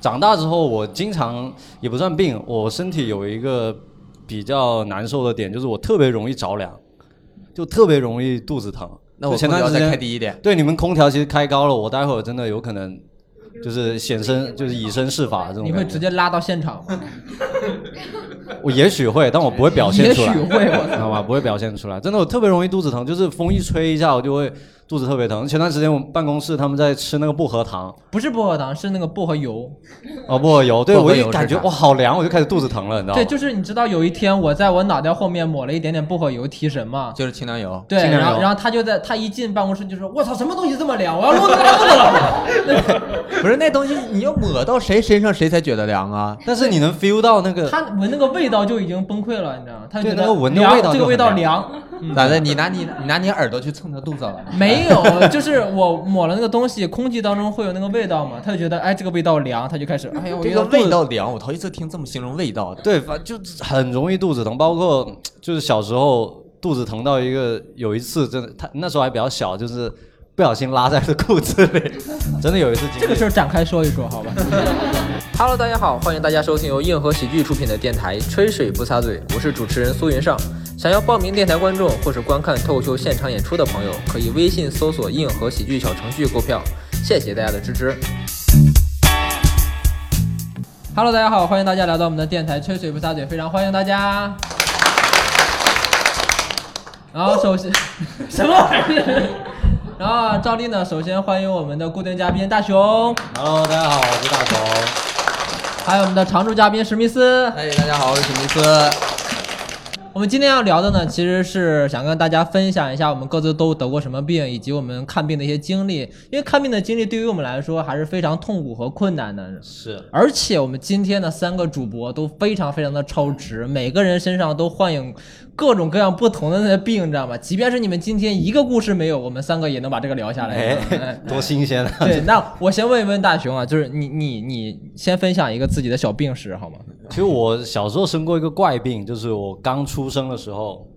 长大之后，我经常也不算病，我身体有一个比较难受的点，就是我特别容易着凉，就特别容易肚子疼。那我就前段空时调再间开低一点对，你们空调其实开高了，我待会儿真的有可能就是显身，就是以身试法这种你感觉。会直接拉到现场吗？我也许会，但我不会 表现出来。也 许会我知道吧？不会表现出来。真的，我特别容易肚子疼，就是风一吹一下，我就会肚子特别疼。前段时间我们办公室他们在吃那个薄荷糖，不是薄荷糖，是那个薄荷油。哦，薄荷油，对薄荷我油一是感觉啥哇好凉，我就开始肚子疼了，你知道吗对，？就是你知道有一天我在我脑袋后面抹了一点点薄荷油提神嘛，就是清凉油。对，清凉油然后然后他就在他一进办公室就说：“我操，什么东西这么凉？我要撸拉肚子 了。不是那东西，你要抹到谁身上，谁才觉得凉啊？ 但是你能 feel 到那”个，他闻那个味道就已经崩溃了，你知道吗？他对就觉得那个闻的凉味道就这个很味道凉 凉，咋的？你拿你你拿你耳朵去蹭他肚子了？没有，就是我抹了那个东西，空气当中会有那个味道嘛，他就觉得哎这个味道凉，他就开始哎呀我这有个点味肚子道凉，我头一次听这么形容味道的。对，反就很容易肚子疼，包括就是小时候肚子疼到一个，有一次真的，他那时候还比较小，就是不小心拉在了裤子里， 真的有一次经历。这个事儿展开说一说好吧？ Hello，大家好，欢迎大家收听由硬核喜剧出品的电台《吹水不擦嘴》，我是主持人苏云上。想要报名电台观众或是观看脱口秀现场演出的朋友，可以微信搜索“硬核喜剧”小程序购票。谢谢大家的支持。 Hello，大家好，欢迎大家来到我们的电台《吹水不撒嘴》，非常欢迎大家。然后首先，什么 玩意儿？然后照例呢，首先欢迎我们的固定嘉宾大熊，哦 Hello，大家好，我是大头。还有我们的常驻嘉宾史密斯。哎，大家好，我是史密斯。我们今天要聊的呢，其实是想跟大家分享一下我们各自都得过什么病，以及我们看病的一些经历。因为看病的经历对于我们来说还是非常痛苦和困难的。是，而且我们今天的三个主播都非常非常的超值，每个人身上都患有各种各样不同的那些病，你知道吗？即便是你们今天一个故事没有，我们三个也能把这个聊下来。哎，多新鲜啊！对，那我先问一问大熊啊，就是你你你先分享一个自己的小病史好吗？其实我小时候生过一个怪病，就是我刚出生的时候，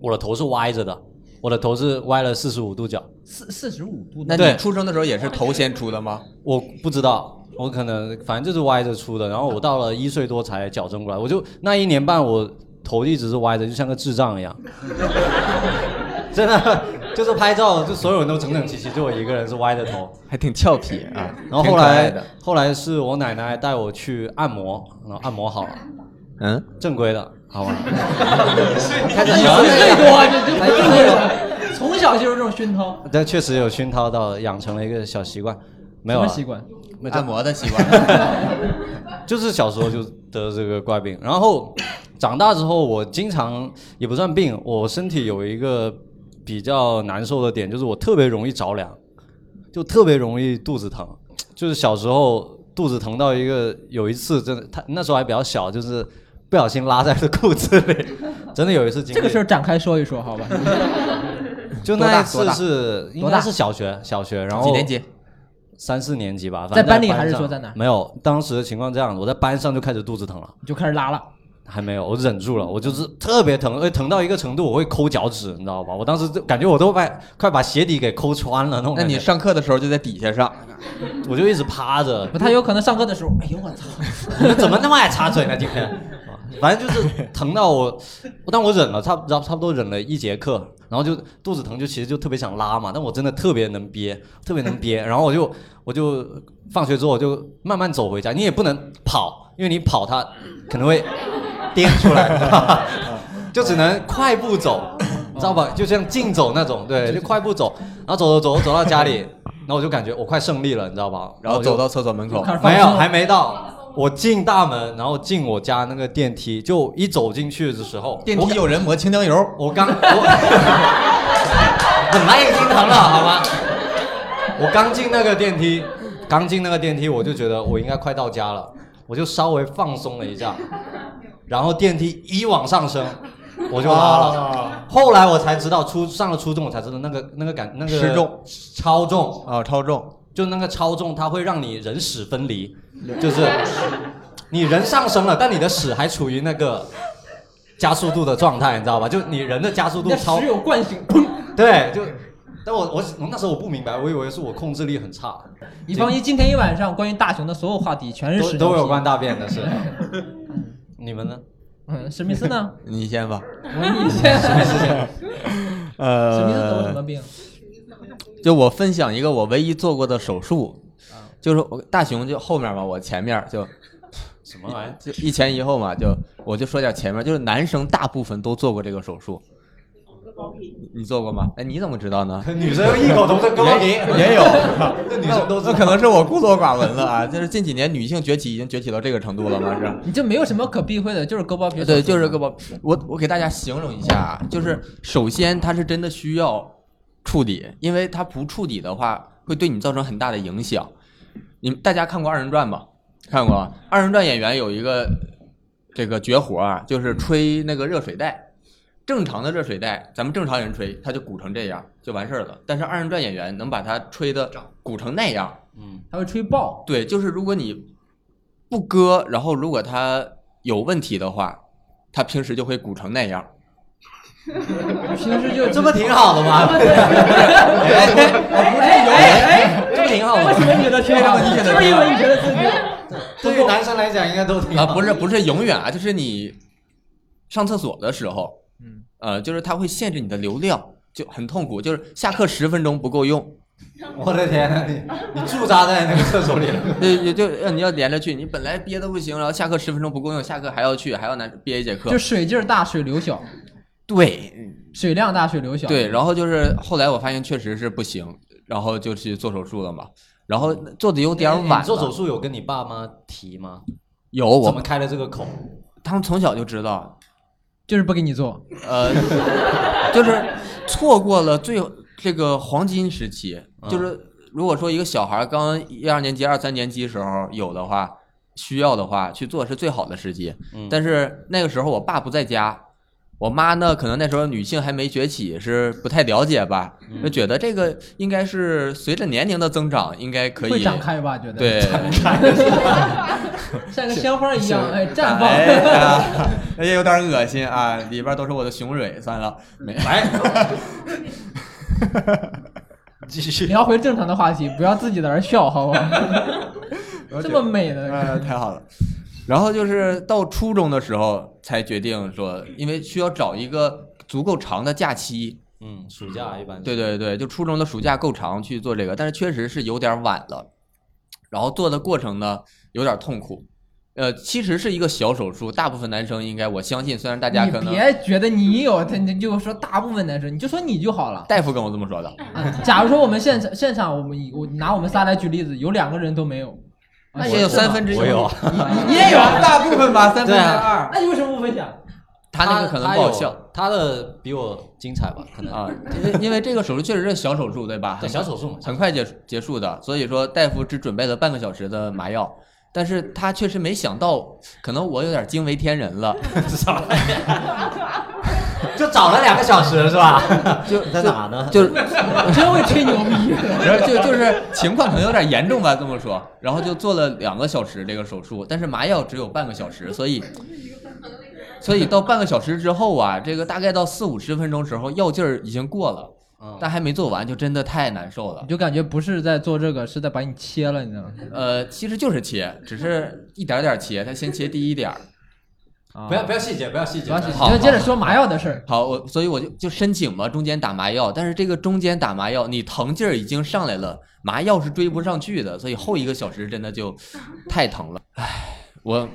我的头是歪着的，我的头是歪了四十五度角。四四十五度那那你对出生的时候也是头先出的吗？我不知道，我可能反正就是歪着出的。然后我到了一岁多才矫正过来，我就那一年半我头一直是歪着，就像个智障一样。 真的，就是拍照，就所有人都整整齐齐，就我一个人是歪着头。还挺俏皮啊。然后挺后可爱来的，后来是我奶奶带我去按摩，然后按摩好了，嗯，正规的，好吧。 开始一岁多就 哎就一岁多， 从小就是这种熏陶， 但确实有熏陶到，养成了一个小习惯，没有什啊么习，惯？没有按摩的习惯。 就是小时候就得这个怪病，然后长大之后，我经常也不算病，我身体有一个比较难受的点，就是我特别容易着凉，就特别容易肚子疼，就是小时候肚子疼到一个，有一次真的，他那时候还比较小，就是不小心拉在了裤子里，真的有一次经历，这个事儿展开说一说好吧？就那一多次大是应多该大是小学，小学，然后几年级？三四年级吧，在班里反正还是上说在哪儿没有，当时的情况这样，我在班上就开始肚子疼了， 你就开始拉了。还没有，我忍住了，我就是特别疼，而且疼到一个程度，我会抠脚趾，你知道吧？我当时就感觉我都快快把鞋底给抠穿了那种那感觉。你上课的时候就在底下上，我就一直趴着，不，他有可能上课的时候，哎呦我 操，你们怎么那么爱插嘴呢？今天，啊反正就是疼到我，但我忍了，差不差差不多忍了一节课，然后就肚子疼，就其实就特别想拉嘛，但我真的特别能憋，特别能憋，然后我就我就放学之后我就慢慢走回家，你也不能跑，因为你跑它可能会颠出来， 就只能快步走，知道吧？就像竞走那种，对，就快步走，然后走走走走到家里，然后我就感觉我快胜利了，你知道吧？然后我就走到厕所门口就，开始放没有，松还没到。我进大门，然后进我家那个电梯，就一走进去的时候，电梯有人抹清凉油，我 刚我很来也心疼了，好吗？我刚进那个电梯，刚进那个电梯，我就觉得我应该快到家了，我就稍微放松了一下，然后电梯一往上升，我就拉了。后来我才知道初上了初中，我才知道那个那个感那个失重超重啊，超重，就那个超重，它会让你人屎分离，就是你人上升了，但你的屎还处于那个加速度的状态，你知道吧？就你人的加速你度的超 屎，有惯性，砰，对，就但我我那时候我不明白，我以为是我控制力很差，你放心，今天一晚上关于大熊的所有话题全是都屎都有尿屁。关大便的是。 你们呢？嗯，史密斯 呢？你先吧。 你先。史密斯得过什么 呃，病？就我分享一个我唯一做过的手术，啊就是我大熊就后面嘛，我前面就什么玩意？就一前一后嘛，就我就说点前面，就是男生大部分都做过这个手术。你做过吗？哎，你怎么知道呢？ 女生异口同声高也级，也有，这女生都知那道可能是我孤陋寡闻了 啊！就是近几年女性崛起已经崛起到这个程度了吗？是。你呃 就没有什么可避讳的，就是割包皮。对，就是胳膊。我我给大家形容一下啊，就是首先它是真的需要处理，因为它不处理的话，会对你造成很大的影响。你们大家看过二人转吗？看过吧。啊二人转演员有一个这个绝活啊，就是吹那个热水袋。正常的热水袋，咱们正常人吹，它就鼓成这样就完事儿了。但是二人转演员能把它吹的鼓成那样，嗯，它会吹爆。对，就是如果你不割，然后如果它有问题的话，它平时就会鼓成那样。平时就这不挺好的吗？啊哎哎哎，这不挺好为的什吗？么觉得挺好的？是不是因为你觉得自己？ 对于男生来讲，应该都挺啊，好。不是不是永远啊，就是你上厕所的时候，嗯，呃，就是它会限制你的流量，就很痛苦。就是下课十分钟不够用，我的天呐，你你驻扎在那个厕所里了。对，也就呃你要连着去，你本来憋的不行，然后下课十分钟不够用，下课还要去，还要拿憋一节课就。水劲儿大，水流小，对水量大，水流小。对，然后就是后来我发现确实是不行，然后就去做手术了嘛。然后做的有点晚了，哎你做手术有跟你爸妈提吗？有我怎么开了这个口？他们从小就知道，就是不给你做。呃， 就是错过了最这个黄金时期，嗯就是如果说一个小孩刚一二年级、二三年级时候有的话，需要的话去做是最好的时机。嗯但是那个时候我爸不在家，我妈呢可能那时候女性还没崛起，是不太了解吧，就觉得这个应该是随着年龄的增长，应该可会以展开吧？觉得，对。像个鲜花一样，哎，绽放。哎 呀，也有点恶心啊，里边都是我的雄蕊，算了，没。来，继续。聊回正常的话题，不要自己在那儿笑，好不好？这么美的，呃，太好了。然后就是到初中的时候才决定说，因为需要找一个足够长的假期。嗯，暑假一般。对对对，就初中的暑假够长去做这个，但是确实是有点晚了。然后做的过程呢有点痛苦，呃，其实是一个小手术，大部分男生应该我相信，虽然大家你可能别觉得你有，他你就说大部分男生，你就说你就好了。大夫跟我这么说的，啊假如说我们现场现场，我们以我拿我们仨来举例子，有两个人都没有，那也有三分之一，我有，啊你你也也有，有大部分吧，三分之对啊二。那你为什么不分享？他那个可能不好笑他的比我精彩吧？可能啊，因为因为这个手术确实是小手术，对吧？对小手术嘛。很快结束结束的，所以说大夫只准备了半个小时的麻药，但是他确实没想到，可能我有点惊为天人了，啥玩意儿就找了两个小时是吧？就在哪呢？就我真会吹牛逼。 然后就就是情况可能有点严重吧，这么说，然后就做了两个小时这个手术，但是麻药只有半个小时，所以，所以到半个小时之后啊，这个大概到四五十分钟时候，药劲儿已经过了，嗯但还没做完，就真的太难受了你。就感觉不是在做这个，是在把你切了，你知道吗？呃，其实就是切，只是一点儿点儿切，他先切第一点儿。啊不要不要细节，不要细节。主要是好接着说麻药的事儿。好，我所以我就就申请嘛，中间打麻药，但是这个中间打麻药，你疼劲儿已经上来了，麻药是追不上去的，所以后一个小时真的就太疼了。唉，我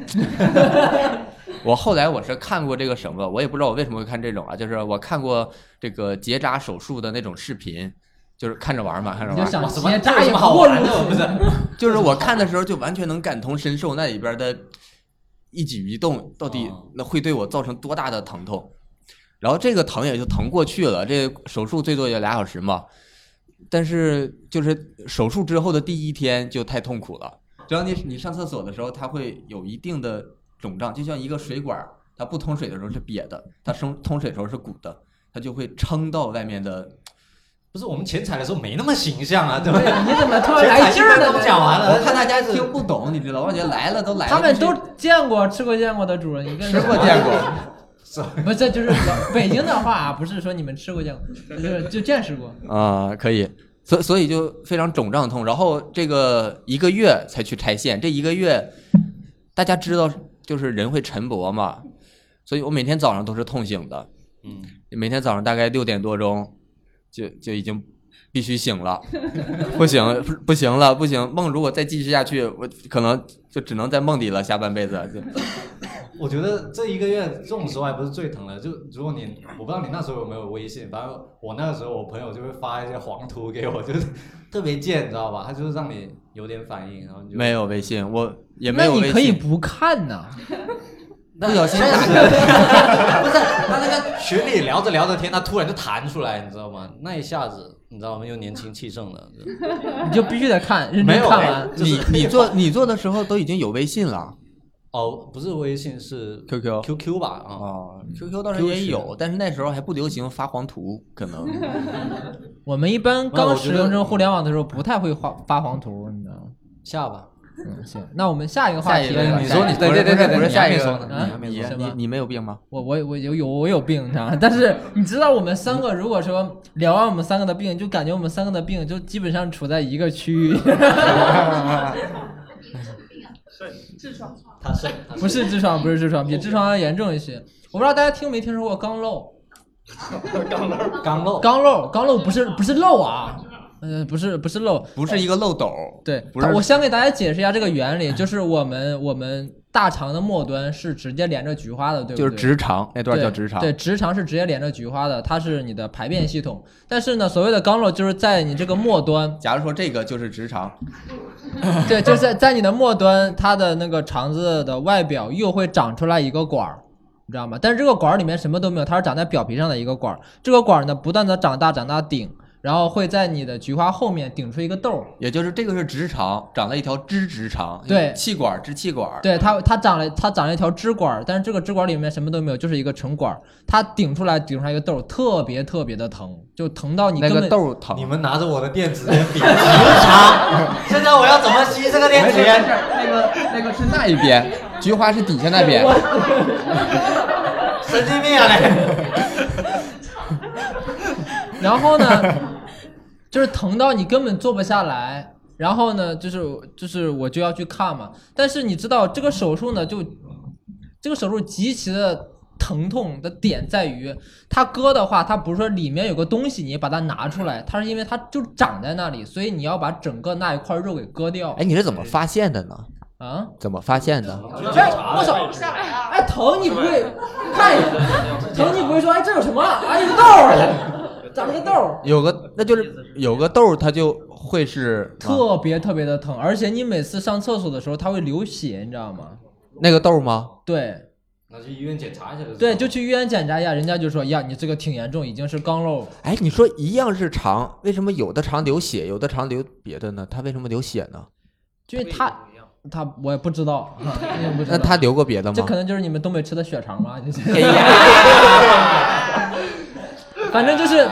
我后来我是看过这个什么，我也不知道我为什么会看这种啊，就是我看过这个结扎手术的那种视频，就是看着玩儿嘛，看着你玩就儿。想哇什么结扎这有也什么好过玩如的？ 我不此是，就是我看的时候就完全能感同身受那里边的一举一动到底哦那会对我造成多大的疼痛，然后这个疼也就疼过去了，这手术最多也俩小时嘛，但是就是手术之后的第一天就太痛苦了，只要你你上厕所的时候，它会有一定的肿胀，就像一个水管儿，它不通水的时候是瘪的，它通通水的时候是鼓的，它就会撑到外面的不是我们前采的时候没那么形象啊，对不对？你怎么突然来劲 儿前菜一了般都呢？讲完了我怕大家听不懂，你知道，我感觉来了都来了，呃他们就是 都见过吃过见过的主人，一个人吃过见过，不是，这就是老北京的话啊，不是说你们吃过见 过，就是就见识过。啊、可以。所所以就非常肿胀痛，然后这个一个月才去拆线，这一个月大家知道就是人会晨勃嘛，所以我每天早上都是痛醒的，嗯，每天早上大概六点多钟就就已经必须醒了， 不行不不行了不行，梦如果再继续下去，我可能就只能在梦里了，下半辈子就我觉得这一个月这种时候还不是最疼的，就如果你我不知道你那时候有没有微信，反正我那个时候我朋友就会发一些黄图给我，就是特别贱，你知道吧？他就是让你有点反应，然后你就没有微信，我也没那有微你信。可以不看呐、不小心打开他那个群里聊着聊着天，他突然就弹出来，你知道吗？那一下子，你知道吗？又年轻气盛了，你就必须得看，认没真有看完。就是你你做你做的时候都已经有微信了哦，不是微信是，QQ QQ 吧？啊、哦，QQ 当时也有，但是那时候还不流行发黄图，可 能我们一般那我刚觉使得用这种互联网的时候，不太会画发黄图，你知道吗？下吧。嗯，行，那我们下一个话题下一个吧。你你说你对对对对不对是下一你还个没说呢你嗯你是你吧你没有病吗？我我我有有我有病，你知道吗？ 但是你知道我们三个，如果说聊完我们三个的病，就感觉我们三个的病就基本上处在一个区域， 他是不是痔疮，不是痔疮，比痔疮要严重一些。我不知道大家听没听说过肛瘘，刚漏，肛瘘，肛瘘不是不是漏啊，呃，不是不是漏，不是一个漏斗，对，不是我先给大家解释一下这个原理，就是我们我们大肠的末端是直接连着菊花的，对不对？就是直肠那段对叫直肠，对，直肠是直接连着菊花的，它是你的排便系统。但是呢，所谓的肛瘘就是在你这个末端，假如说这个就是直肠，对，就是在在你的末端，它的那个肠子的外表又会长出来一个管儿，你知道吗？但是这个管儿里面什么都没有，它是长在表皮上的一个管儿。这个管儿呢，不断的长大，长大顶，然后会在你的菊花后面顶出一个痘儿。也就是这个是直肠，长了一条支直肠，对气管支气管，对它，它长了，它长了一条支管儿，但是这个支管儿里面什么都没有，就是一个成管儿。它顶出来，顶出来一个痘儿，特别特别的疼，就疼到你那根个本 豆你疼，们拿着我的电子烟比直 肠，现在我要怎么吸这个电子烟？那个那个是那一边，菊花是底下那边，神经病啊你！然后呢， 就是疼到你根本坐不下来。然后呢，就是就是我就要去看嘛。但是你知道这个手术呢，就这个手术极其的疼痛的点在于，它割的话，它不是说里面有个东西你把它拿出来，它是因为它就长在那里，所以你要把整个那一块肉给割掉哎，你是怎么发现的呢？啊。怎么发现 的？这我操！哎，疼你不会看一下，疼你不会说哎这有什么啊？哎有个痘儿，长了个痘儿。有个那就是有个豆，它就会是特别特别的疼，而且你每次上厕所的时候，它会流血，你知道吗？那个豆吗？对那去医院检查一下就对，就去医院检查一下，人家就说呀，你这个挺严重，已经是肛瘘。哎，你说一样是肠，为什么有的肠流血，有的肠流别的呢？它为什么流血呢？因为他他我也不知道，啊我也不知那道它流过别的这吗哎可？能就是你们东北吃的血肠 吧？就是 反正就是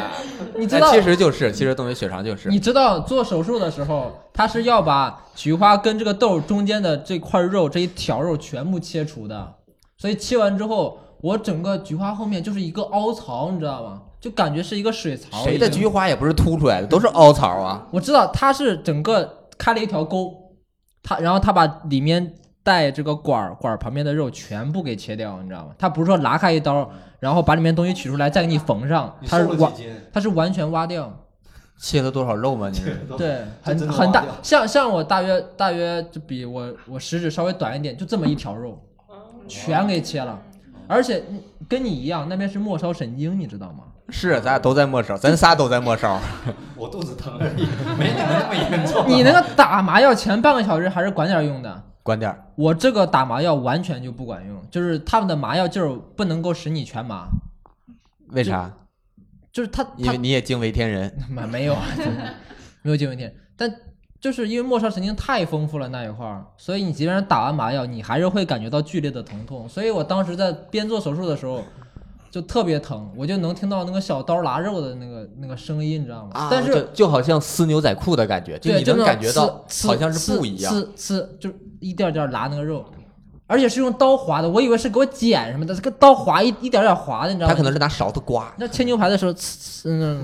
你知道哎，其实就是，其实东北血肠就是你知道做手术的时候，他是要把菊花跟这个豆中间的这块肉这一条肉全部切除的，所以切完之后，我整个菊花后面就是一个凹槽，你知道吗？就感觉是一个水槽。谁的菊？花也不是凸出来的，都是凹槽啊。我知道他是整个开了一条沟，他然后他把里面带这个管儿管儿旁边的肉全部给切掉，你知道吗？他不是说拉开一刀，然后把里面东西取出来再给你缝上，你他是瘦了完几斤？他是完全挖掉。切了多少肉吗？你是 对，这很哦真的很挖大掉，像像我大约大约就比我我食指稍微短一点，就这么一条肉，全给切了，而且嗯跟你一样，那边是末梢神经，你知道吗？是，啊咱俩都在末梢，咱仨都在末梢。我肚子疼而已，没你们那么严重。啊你那个打麻药前半个小时还是管点用的，关点儿，我这个打麻药完全就不管用，就是他们的麻药劲儿不能够使你全麻，为啥？就是他因他为你也惊为天人。没 没有啊，真的没有精神天，但就是因为末梢神经太丰富了那一块儿，所以你即便是打完麻药，你还是会感觉到剧烈的疼痛。所以我当时在边做手术的时候，就特别疼，我就能听到那个小刀拉肉的那个那个声音，你知道吗？啊但就是就好像撕牛仔裤的感觉，就对，你真能的感觉到刺好像是不一样。刺刺刺，就一点点拉那个肉。而且是用刀划的，我以为是给我剪什么的，这个刀划一一点点划的，你知道吗？他可能是拿勺子刮。那切牛排的时候，呲呲嗯，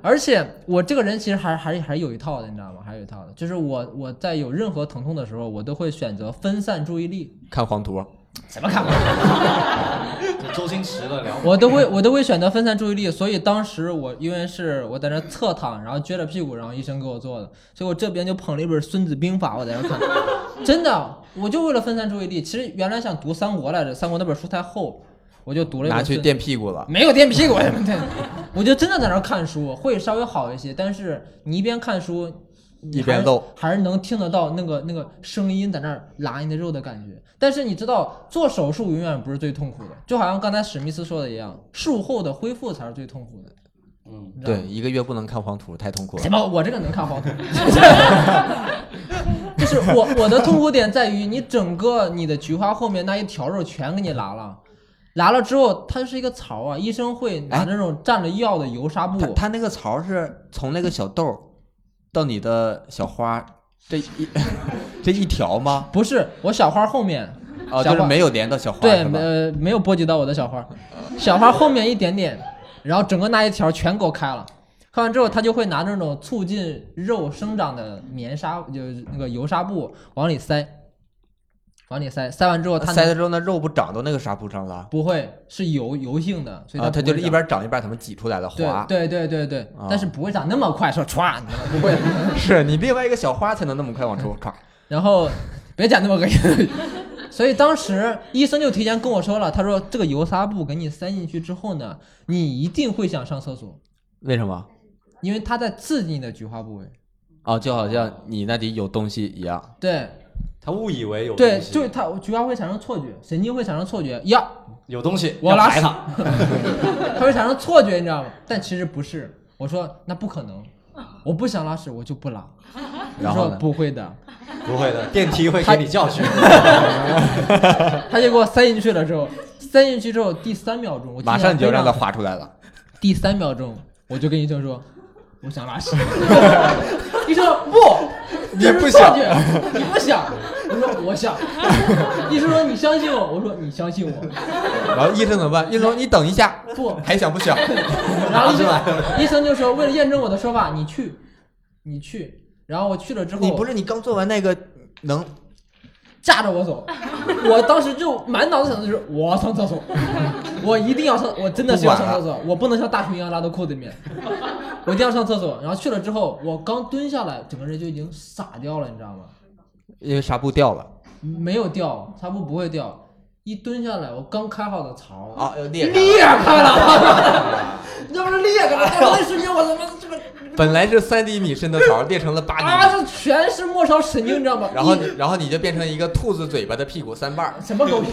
而且我这个人其实还还还有一套的，你知道吗？还有一套的，就是我我在有任何疼痛的时候，我都会选择分散注意力，看黄图，什么看法？就周星驰的聊。我都会我都会选择分散注意力，所以当时我因为是我在那侧躺，然后撅着屁股，然后医生给我做的，所以我这边就捧了一本《孙子兵法》，我在那看， 真的，我就为了分散注意力。其实原来想读三国来着，三国那本书太厚，我就读了一本拿去孙垫屁股了。没有垫屁股什么的， 我就真的在那儿看书，会稍微好一些。但是你一边看书，你一边还是漏还是能听得到那个那个声音在那儿拉你的肉的感觉。但是你知道，做手术永远不是最痛苦的，就好像刚才史密斯说的一样，术后的恢复才是最痛苦的。嗯，你知道对，吗，一个月不能看黄图，太痛苦了什。么？我这个能 看黄图？就是我我的痛苦点在于，你整个你的菊花后面那一条肉全给你拉了。拉了之后，它就是一个槽啊！医生会拿哎那种蘸着药的油纱布，他他那个槽是从那个小豆儿到你的小 花这一 这一条吗？不是，我小花后面，哦，小就是花没有连到小花对，是吧？呃，没有波及到我的小花，小花后面一点点，然后整个那一条全给我开了。开完之后，他就会拿那种促进肉生长的棉纱，就是那个油纱布往里塞，往里塞。塞完之后，他塞了之后，那肉不长到那个纱布上了？不会是油油性的，所以它啊，它不就会是一长边长一边，它们挤出来的滑。对对对对对，啊但是不会长那么快，说歘，你知道吗不会。 是你另外一个小花才能那么快往嗯出歘。然后别讲那么恶心。 所以当时医生就提前跟我说了，他说这个油纱布给你塞进去之后呢，你一定会想上厕所，为什么？因为它在刺激你的菊花部位。哦，就好像你那里有东西一样。对他误以为有对，东西啊就是它菊花会产生错觉，神经会产生错觉呀，有东西，我要拉排屎 他。它会产生错觉，你知道吗？但其实不是，我说那不可能，我不想拉屎我就不拉。然后他说呢不会的，不会 的，电梯会给你教训。他就给我塞进去了之后，塞进去之后第三秒钟，我马上你就让它他滑出来了。第三秒钟，我就跟医生说，我想 拉屎。医生说不，你不这是错 觉，你不想。我说我想。医生说你相信我，我说你相信我。然后医生怎么办？医生说你等一下，不还想不 想？然后医生医生就说为了验证我的说法，你去，你去。然后我去了之后，你不是你刚做完那个能架着我走，我当时就满脑子想的就是我要上 厕所，我一定要上，我真的是要上厕所，我不能像大熊一样拉到裤子里面，我一定要上厕所。然后去了之后，我刚蹲下来，整个人就已经傻掉了，你知道吗？因为纱布掉了没有掉，纱布不会掉，一蹲下来，我刚开好的槽，啊，要裂开了。裂开 了，要不是裂开了，哎我那瞬间我他妈这个本来是三厘米深的槽，裂成了八厘啊，米，这全是末梢神经，你知道吗？ 然后一你然后你就变成一个兔子嘴巴的屁股三瓣儿。什么狗屁！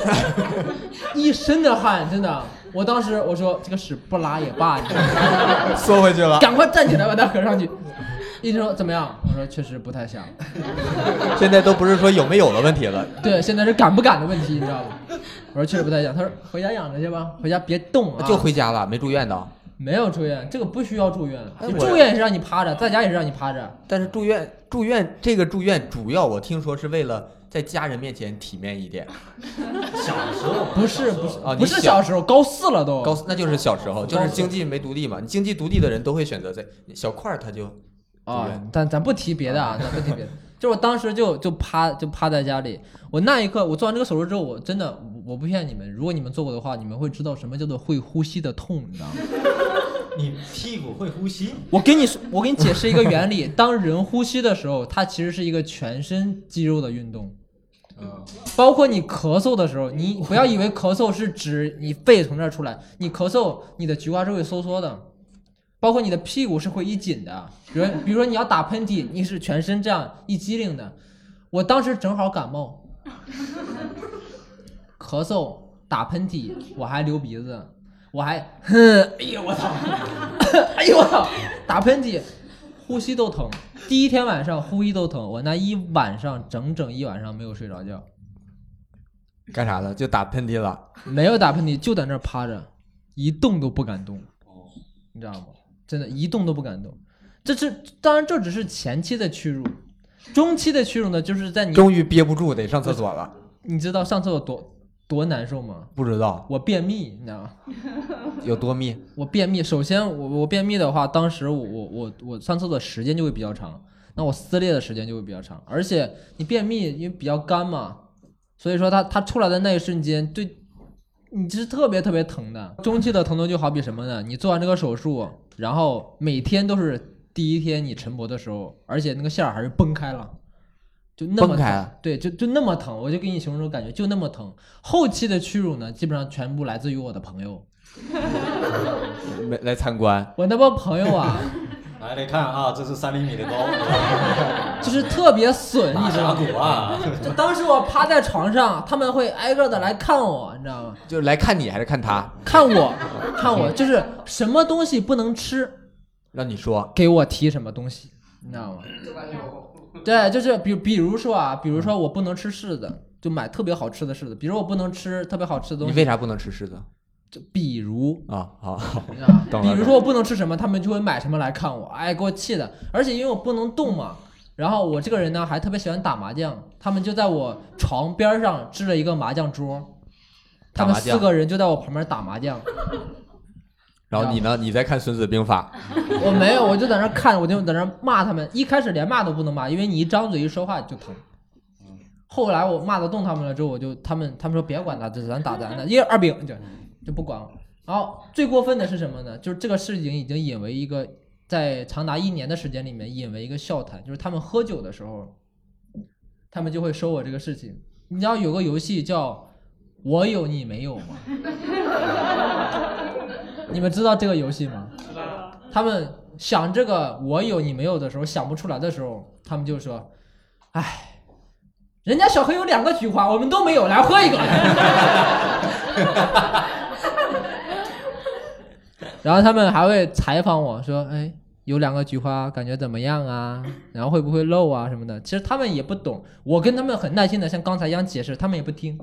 一身的汗，真的。我当时我说这个屎不拉也罢，你知道吗缩回去了，赶快站起来把它合上去。医生说怎么样？我说确实不太像。现在都不是说有没有的问题了，对，现在是敢不敢的问题，你知道吗？我说确实不太像。他说回家养着去吧，回家别动啊。就回家了，没住院的。没有住院，这个不需要住院。哎你我住院也是让你趴着，在家也是让你趴着。但是住院住院这个住院主要我听说是为了在家人面前体面一点。小时候不是不是啊你不是小小时候，高四了都。高那就是小时候，就高是四经济没独立嘛，你经济独立的人都会选择在小块儿，他就啊住院，但咱不提别的啊，咱不提别的。就是我当时就就趴就趴在家里，我那一刻我做完这个手术之后，我真的我我不骗你们，如果你们做过的话，你们会知道什么叫做会呼吸的痛，你知道吗？你屁股会呼吸，我给你说，我给你解释一个原理，当人呼吸的时候，它其实是一个全身肌肉的运动，包括你咳嗽的时候，你不要以为咳嗽是指你肺从这儿出来，你咳嗽你的菊花是会收缩的，包括你的屁股是会一紧的，比如比如说你要打喷嚏，你是全身这样一激灵的。我当时正好感冒，咳嗽、打喷嚏，我还流鼻子，我还， 哼，哎呦我操， 哎呦我操，打喷嚏，呼吸都疼。第一天晚上呼吸都疼，我那一晚上整整一晚上没有睡着觉，干啥了？就打喷嚏了。没有打喷嚏，就在那儿趴着，一动都不敢动，你知道吗？真的，一动都不敢动。这是当然，这只是前期的屈辱，中期的屈辱呢，就是在你终于憋不住，得上厕所了。你知道上次有多多难受吗？不知道我便秘，你知道吗？有多密，我便秘，首先我我便秘的话，当时我我我我上厕所时间就会比较长，那我撕裂的时间就会比较长，而且你便秘因为比较干嘛，所以说它它出来的那一瞬间，对你这是特别特别疼的。中期的疼痛就好比什么呢？你做完这个手术，然后每天都是第一天你晨勃的时候，而且那个馅儿还是崩开了，就那么崩开啊疼了对，就就那么疼，我就给你形容这种感觉，就那么疼。后期的屈辱呢，基本上全部来自于我的朋友，来来参观，我那帮朋友啊。来来看啊，这是三厘米 的刀，就是特 别损，你大知道峡吗？谷啊，就当时我趴在床上，他们会挨个的来看我，你知道吗？就是来看你还是看他？看 我，看我，就是什么东西不能吃，让你说，给我提什么东西，你知道吗？对，就是比比如说啊，比如说我不能吃柿子，就买特别好吃的柿子。比如我不能吃特别好吃的你东为西，啥不能吃柿子就比如啊？好，好啊， 懂比了如说我不能吃什么，他们就会买什么来看我，哎，给我气的。而且因为我不能动嘛，然后我这个人呢还特别喜欢打麻将，他们就在我床边上支了一个麻将桌，他们打麻将四个人就在我旁边打麻将。然后你呢？你在看《孙子兵法 我没有，我就在那看，我就在那骂他们。一开始连骂都不能骂，因为你一张嘴一说话就疼。后来我骂得动他们了之后，我就他们他们说别管他，这咱打咱的，一二饼就就不管我。然后最过分的是什么呢？就是这个事情已经引为一个在长达一年的时间里面引为一个笑谈，就是他们喝酒的时候，他们就会说我这个事情。你知道有个游戏叫“我有你没有”吗？ 你们知道这个游戏吗？他们想这个我有你没有的时候想不出来的时候，他们就说：“哎，人家小黑有两个菊花，我们都没有，来喝一个。”然后他们还会采访我说：“哎，有两个菊花，感觉怎么样啊？然后会不会漏啊什么的？”其实他们也不懂，我跟他们很耐心的像刚才一样解释，他们也不听。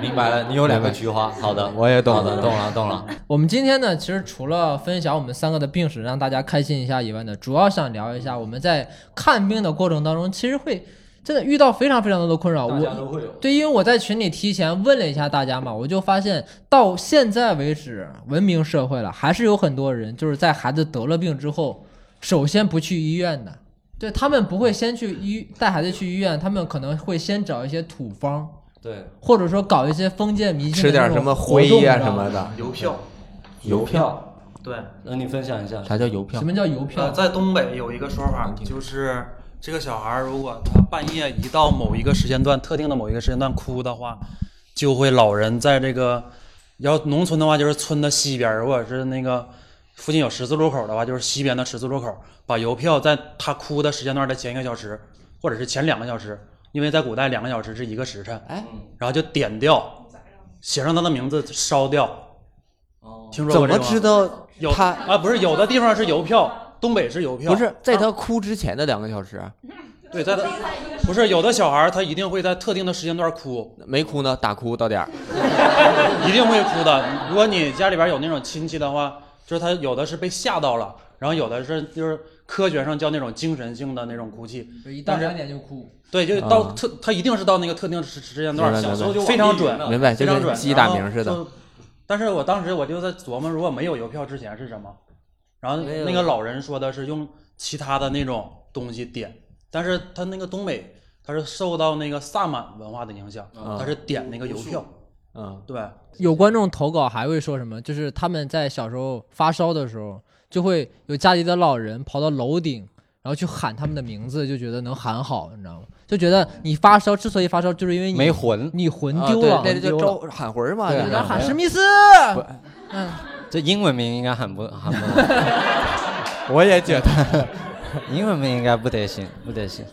明白了，你有两个菊花，好的，我也懂好的，懂了，懂了。我们今天呢，其实除了分享我们三个的病史，让大家开心一下以外呢，主要想聊一下我们在看病的过程当中，其实会真的遇到非常非常多的困扰。大家我都会有，对，因为我在群里提前问了一下大家嘛，我就发现到现在为止，文明社会了，还是有很多人就是在孩子得了病之后，首先不去医院的。对他们不会先去医带孩子去医院，他们可能会先找一些土方，对，或者说搞一些封建迷信的吃点那种什么活灰动呀、你知道什么吗的？啊邮票，邮票？对，那你分享一下，啥叫邮票什？么叫邮票呃，？在东北有一个说法，就是这个小孩儿如果他半夜一到某一个时间段，特定的某一个时间段哭的话，就会老人在这个，要农村的话就是村的西边儿，或者是那个附近有十字路口的话，就是西边的十字路口，把邮票在他哭的时间段的前一个小时，或者是前两个小时，因为在古代两个小时是一个时辰，哎，然后就点掉，写上他的名字烧掉。哦听说怎过这么个吗知道有他啊？不是，有的地方是邮票，东北是邮票，不是在他哭之前的两个小时对，在他不是有的小孩儿，他一定会在特定的时间段哭，没哭呢？打哭到点儿，一定会哭的。如果你家里边有那种亲戚的话，就是他有的是被吓到了，然后有的是就是科学上叫那种精神性的那种哭泣，就一到两点就哭。对，就到啊特、他一定是到那个特定时时间段明白小时候就非常准往地里明扔了白？就非常准，跟鸡打然后鸣似的。就。但是我当时我就在琢磨，如果没有邮票之前是什么？然后没有那个老人说的是用其他的那种东西点，但是他那个东北他是受到那个萨满文化的影响，啊他是点那个邮票，嗯，对，有观众投稿还会说什么？就是他们在小时候发烧的时候，就会有家里的老人跑到楼顶，然后去喊他们的名字，就觉得能喊好，你知道吗？就觉得你发烧之所以发烧，就是因为你没魂，你魂啊丢对了，那就丢了招喊魂儿嘛，对就有是点喊史密斯。这英文名应该喊不 喊不，我也觉得，英文名应该不得行，不得行。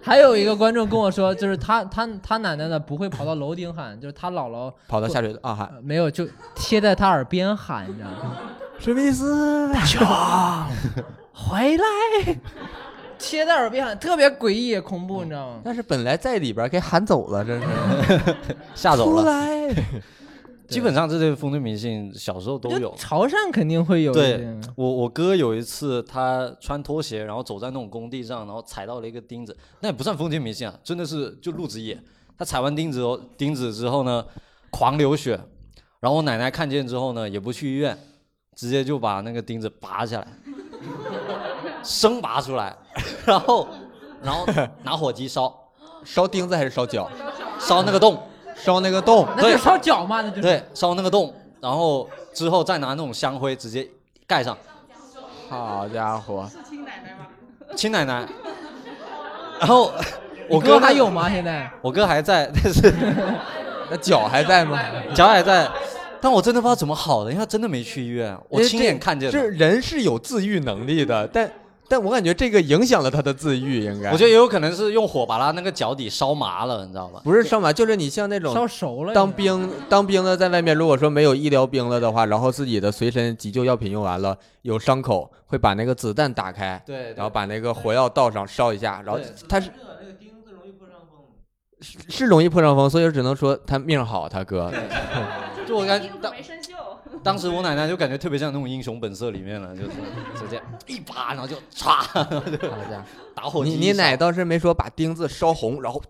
还有一个观众跟我说，就是他他他奶奶呢不会跑到楼顶喊，就是他姥姥、 跑到下水道啊喊呃没有就贴在他耳边喊，你知道吗？史密斯，回来，贴在耳边喊，特别诡异恐怖，你知嗯道吗？但是本来在里边儿给喊走了，真是吓走了。来，基本上这些风俗迷信小时候都有就。潮汕肯定会有一对些我，我哥有一次他穿拖鞋，然后走在那种工地上，然后踩到了一个钉子，那也不算封建迷信啊，真的是就路子野。他踩完钉子后，钉子之后呢，狂流血，然后我奶奶看见之后呢，也不去医院，直接就把那个钉子拔下来，生拔出来，然后然后拿火机烧， 烧钉子还是烧脚？烧那个 洞，烧那个洞。那就是烧脚嘛，那就是。对，烧那个洞，然后之后再拿那种香灰直接盖上，好家伙，亲奶奶。然后我哥哥还那有吗？现在？我哥还在， 但是那脚还在吗？ 脚还在，但我真的不知道怎么好的，因为他真的没去医院，我这亲眼看见的。这人是有自愈能力的，但但我感觉这个影响了他的自愈，应该。我觉得也有可能是用火把他那个脚底烧麻了，你知道吧？不是烧麻，就是你像那烧种熟了。当兵当兵的在外面，如果说没有医疗兵了的话，然后自己的随身急救药品用完了，有伤口会把那个子弹打开，对然后把那个火药倒上烧一下，然后对他是。是是容易破伤风，所以只能说他命好，他哥。就我感觉衣服当没生锈，当时我奶奶就感觉特别像那种英雄本色里面了，就是直接一把，然后就唰，就好家伙打火机你一你奶烧倒是没说把钉子烧红，然后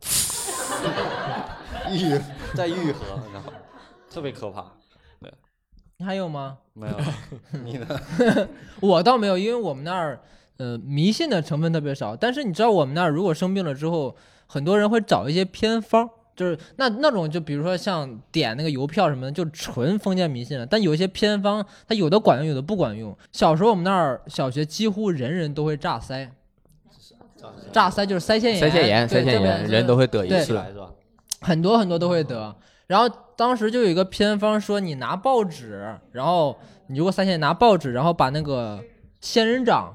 愈在愈合，你知道吗？特别可怕。你还有吗？没有，你呢？我倒没有，因为我们那儿呃迷信的成分特别少。但是你知道我们那儿如果生病了之后，很多人会找一些偏方，就是那那种就比如说像点那个邮票什么的，就纯封建迷信了。但有一些偏方，它有的管用，有的不管用。小时候我们那儿小学几乎人人都会炸腮，炸腮就是腮腺炎，腮腺炎，对腮腺这边炎，是人都会得一对起次。来是吧？很多很多都会得。然后当时就有一个偏方说，你拿报纸，然后你如果腮腺炎拿报纸，然后把那个仙人掌，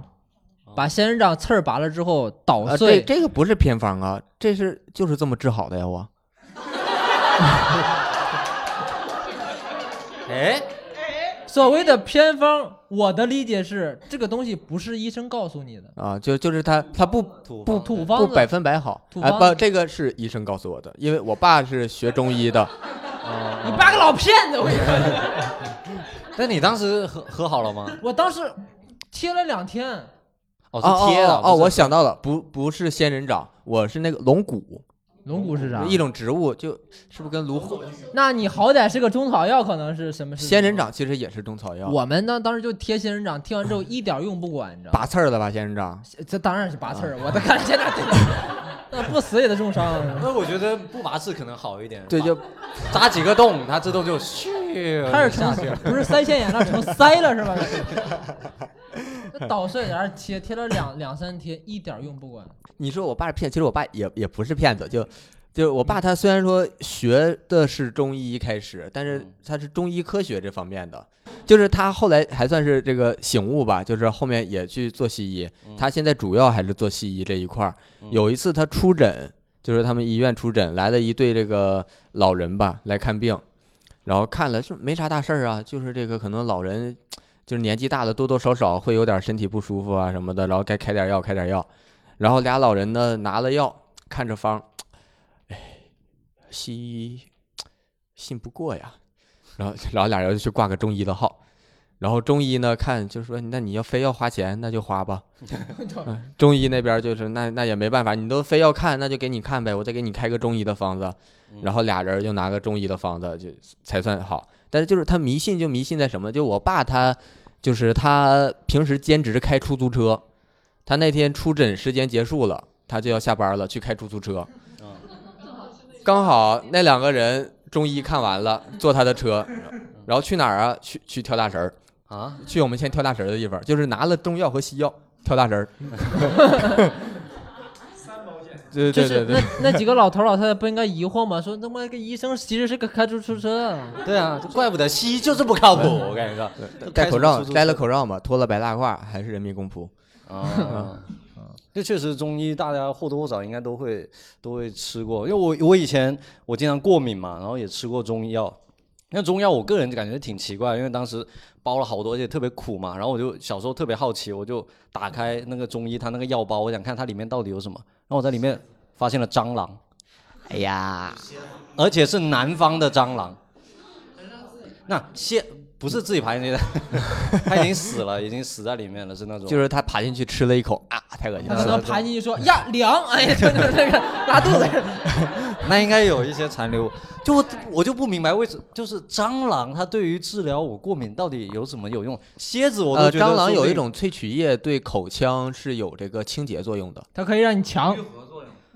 把仙人掌刺儿拔了之后捣啊，碎，这这个不是偏方啊，这是就是这么治好的呀， 我。哎，所谓的偏方，我的理解是这个东西不是医生告诉你的，啊，就就是他他不土不土方不子百分百好土啊，方不子，这个是医生告诉我的，因为我爸是学中医的，你八个老骗子！我跟你说，那你当时喝喝好了吗？我当时贴了两天，哦，哦是贴的哦哦，哦不是我想到了，不不是仙人掌，我是那个龙骨，龙骨是啥？一种植物，就是不是跟芦荟？那你好歹是个中草药，可能是什么？是仙人。掌其实也是中草药，我们呢，当时就贴仙人掌，贴完之后一点用不管，你知道吗？拔刺儿的吧，仙人掌。这当然是拔刺啊儿，我的看现在， 那不死也得重伤。啊那我觉得不拔刺可能好一点。对，就扎几个洞，它自动就咻 开始下成去了。不是腮腺炎了，成腮了是吧？ 那捣碎然后贴贴了两两三天，一点用不管。你说我爸是骗，其实我爸也也不是骗子，就就是我爸他虽然说学的是中医开始，但是他是中医科学这方面的，就是他后来还算是这个醒悟吧，就是后面也去做西医，他现在主要还是做西医这一块儿。有一次他出诊，就是他们医院出诊来了一对这个老人吧来看病，然后看了是没啥大事儿啊，就是这个可能老人。就是年纪大了，多多少少会有点身体不舒服啊什么的，然后该开点药开点药，然后俩老人呢拿了药，看着方，哎，西医信不过呀，然后然后俩人就去挂个中医的号，然后中医呢看就说那你要非要花钱那就花吧，嗯中医那边就是那那也没办法，你都非要看那就给你看呗，我再给你开个中医的方子，然后俩人就拿个中医的方子就才算好，但是就是他迷信就迷信在什么，就我爸他就是他平时兼职开出租车。他那天出诊时间结束了，他就要下班了，去开出租车。嗯刚好那两个人中医看完了，坐他的车，嗯然后去哪儿啊？去去跳大神儿，啊，去我们现在跳大神儿的地方，就是拿了中药和西药跳大神儿。对就对是对对，那那几个老头老太太不应该疑惑吗？说他妈个医生其实是个开出租车的，对啊，这怪不得西医就是不靠谱，我跟你说。都开戴什口么罩，出租摘了车口罩嘛，脱了白大褂，还是人民公仆。啊， 这确实中医大家或多或少应该都会都会吃过，因为我我以前我经常过敏嘛，然后也吃过中药。那中药我个人就感觉挺奇怪，因为当时包了好多，而且特别苦嘛。然后我就小时候特别好奇，我就打开那个中医他那个药包，我想看它里面到底有什么。然后我在里面发现了蟑螂，哎呀，而且是南方的蟑螂。那现不是自己爬进去的， 他已经死了，已经死在里面了，是那种。就是他爬进去吃了一口啊，太恶心他了。可能爬进去说呀凉，哎呀，就就那个拉肚 子。那应该有一些残留，就我我就不明白为什么，就是蟑螂它对于治疗我过敏到底有什么有用？蝎子我都呃，觉得蟑说螂不有一定种萃取液对口腔是有这个清洁作用的，它可以让你强，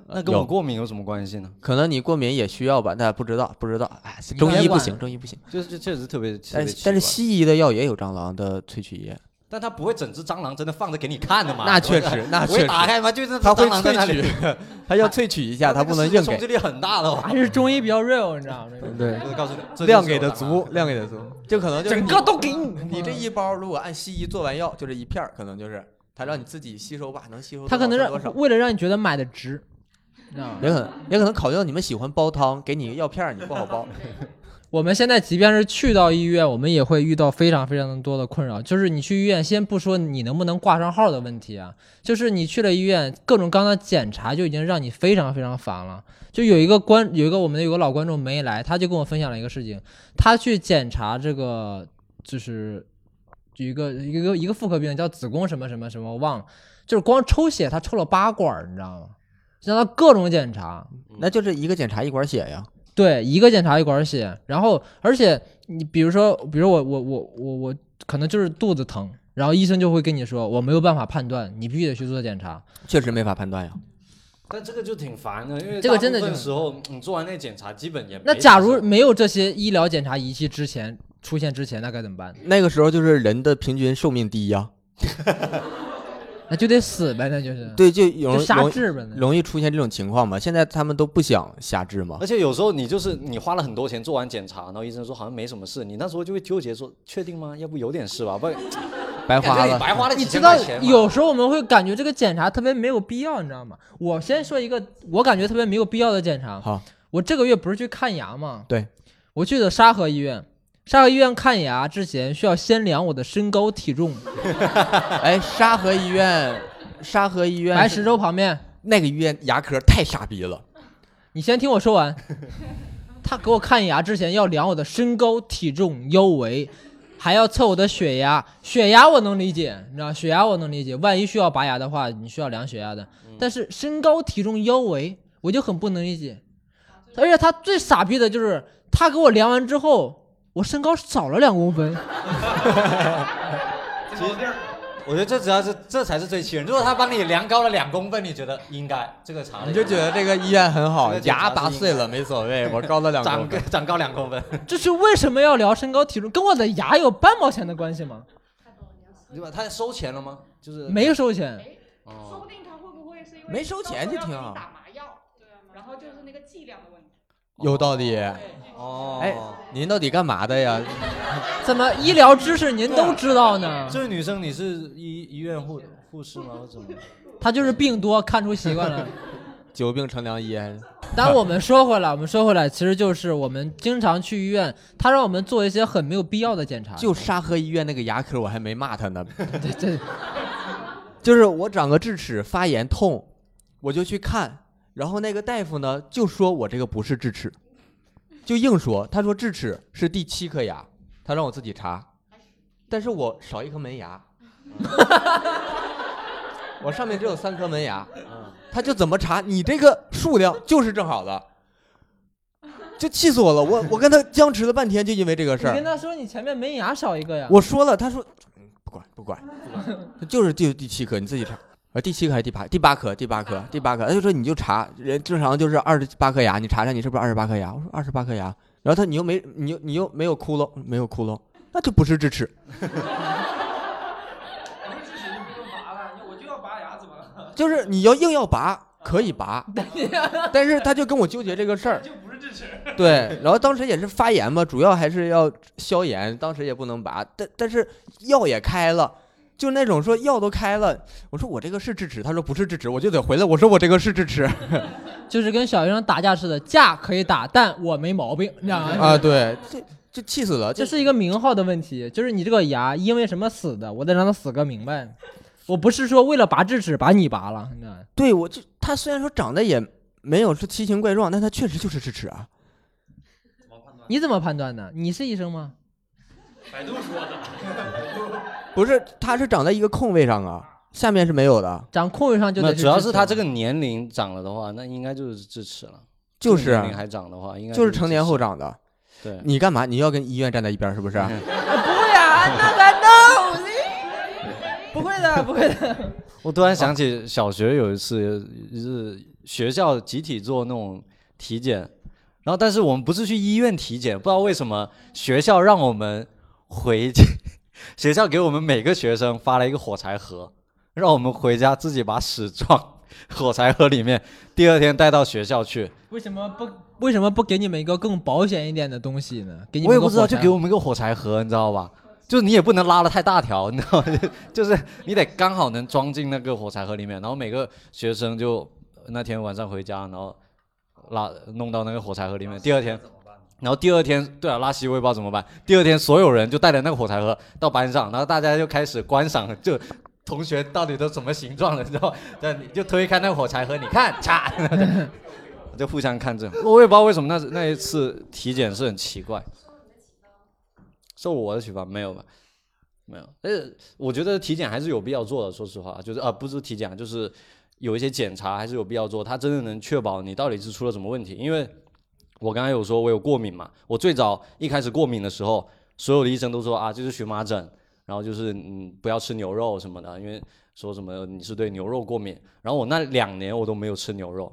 那跟我有过敏有什么关系呢？可能你过敏也需要吧，但不知道不知道，哎，中医不行，中医不行。就是这确实特别，特但别是奇但怪是西医的药也有蟑螂的萃取液，但它不会整只蟑螂真的放着给你看的嘛？ 那确实那不会确打实开吗？就是它会蟑螂在那萃里取， 它要萃取一下，它不能这个硬世界冲击给。力很大的还吧？是中医比较 real，你知道吗？这个对我，就告诉你，这就是啊量给的有蟑螂足，量给 的足，就可能就是整你个都给你。你这一包，如果按西医做完药，就这一片儿，可能就是它让你自己吸收吧，能吸收多他少可能算多少让。为了让你觉得买的值，你知道也吗？可能也可能考虑到你们喜欢煲汤，给你一个药片儿，你不好 煲。我们现在即便是去到医院，我们也会遇到非常非常多的困扰。就是你去医院，先不说你能不能挂上号的问题啊，就是你去了医院，各种刚刚检查就已经让你非常非常烦了。就有一个观，有一个我们的有个老观众没来，他就跟我分享了一个事情，他去检查这个就是有一个一个一个妇科病叫子宫什么什么什么，我忘了，就是光抽血他抽了八管儿，你知道吗？让他各种检查，那就是一个检查一管血呀。对，一个检查一管血，然后而且你比如说，比如我我我我我可能就是肚子疼，然后医生就会跟你说我没有办法判断，你必须得去做检查。确实没法判断呀。但这个就挺烦的，因为这个真的大部分就时候你做完那检查，基本也没那假如啥事没有这些医疗检查仪器之前出现之前，那该怎么办？那个时候就是人的平均寿命低呀。那就得死呗，那就是对，就容就瞎容治呗。那容易出现这种情况嘛。现在他们都不想瞎治嘛而。且有时候你就是你花了很多钱做完检查，然后医生说好像没什么事，你那时候就会纠结说确定吗？要不有点事吧？不然白花感觉了你。白花了几你知千道块钱嘛。有时候我们会感觉这个检查特别没有必要，你知道吗？我先说一个我感觉特别没有必要的检查，好，我这个月不是去看牙吗？对，我去的沙河医院。沙河医院看牙之前需要先量我的身高体重，哎，沙河医院，沙河医院白是石洲旁边。那个医院牙科太傻逼了。你先听我 说完。他给我看牙之前要量我的身高、体重、腰围，还要测我的血压。血压我能理解，你知道，血压我能理解。万一需要拔牙的话，你需要量血压的。嗯但是身高、体重、腰围，我就很不能理解。而且他最傻逼的就是，他给我量完之后，我身高少了两公分。我觉得这只要是这才是最气人。如果他帮你量高了两公分，你觉得应该这个查了你就觉得这个医院很好这，个检查 牙是打应碎该了没所谓，我高了 两公长分。 长高两公分，这是为什么要聊身高、体重？跟我的牙有半毛钱的关系吗？对吧？他收钱了吗？就是没有收钱。哦说不定他会不会是因为没收钱就挺好到时候要给你打麻药，然后就是那个剂量的问题。有道理。哦，哎，您到底干嘛的 呀？怎么医疗知识您都知道呢？这位女生你是医医院护护士吗？或者怎么？他就是病多，看出习惯了。久病成良医还是？但我们说回来，我们说回来，其实就是我们经常去医院，他让我们做一些很没有必要的检查。就沙河医院那个牙科，我还没骂他呢。对对，就是我长个智齿发炎痛，我就去看，然后那个大夫呢就说我这个不是智齿，就硬说，他说智齿是第七颗牙，他让我自己查，但是我少一颗门牙， 我上面只有三颗门牙，他就怎么查你这个数量就是正好的，就气死我了，我我跟他僵持了半天，就因为这个你事儿跟。他说你前面门牙少一个呀。我说了，他说不管不管，就是第第七颗，你自己查。啊，第七颗还是第八？第八颗，第八颗，第八颗。他就说你就查，人正常就是二十八颗牙，你查查你是不是二十八颗牙？我说二十八颗牙，然后他你又没你又你又没有窟窿，没有窟窿，那就不是智齿。就是你要硬要拔，可以 拔，但是他就跟我纠结这个事儿，就不是智齿。对，然后当时也是发炎嘛，主要还是要消炎，当时也不能拔，但但是药也开了。就那种说药都开了，我说我这个是智齿，他说不是智齿，我就得回来。我说我这个是智齿就是跟小学生打架似的，架可以打，但我没毛病，你知道吗？啊， 对，这这气死了，这就是一个名号的问题，就是你这个牙因为什么死的，我得让他死个明白。我不是说为了拔智齿把你拔了，你知道吗？对我就他虽然说长得也没有说奇形怪状，但他确实就是智齿啊。你怎么判断的？你是医生吗？百度说的。不是，它是长在一个空位上啊，下面是没有的，长空位上就那得主要智齿是他这个年龄长了的话，那应该就是智齿了。就这个是啊年龄还长的话，应该就是智齿成年后。长的。对，你干嘛？你要跟医院站在一边儿是不是？啊不呀，那个 no，不会 的，不会的。我突然想起小学有一次是学校集体做那种体检，然后但是我们不是去医院体检，不知道为什么学校让我们回去， 学校给我们每个学生发了一个火柴盒，让我们回家自己把屎装 火柴盒里面，第二天带到学校去。为什么不为什么不给你们一个更保险一点的东西呢？给你我们也一个不知道，火柴就给我们一个火柴盒，你知道吧？就是你也不能拉的太大条，你知道吗？ 就就是你得刚好能装进那个火柴盒里面。然后每个学生就那天晚上回家，然后拉弄到那个火柴盒里面。第二天，然后第二天，对啊，拉稀我也不知道怎么办。第二天所有人就带着那个火柴盒到班上，然后大家就开始观赏，就同学到底都什么形状了，你知道吗？对，你就推开那个火柴盒，你看，嚓， 就互相看这种。我也不知道为什么那那一次体检是很奇怪。受我的启发没有吧？没有，但是我觉得体检还是有必要做的。说实话，就是啊、不是体检，就是有一些检查还是有必要做，它真的能确保你到底是出了什么问题。因为我刚才有说我有过敏嘛，我最早一开始过敏的时候，所有的医生都说啊，就是荨麻疹，然后就是嗯不要吃牛肉什么的，因为说什么你是对牛肉过敏。然后我那两年我都没有吃牛肉，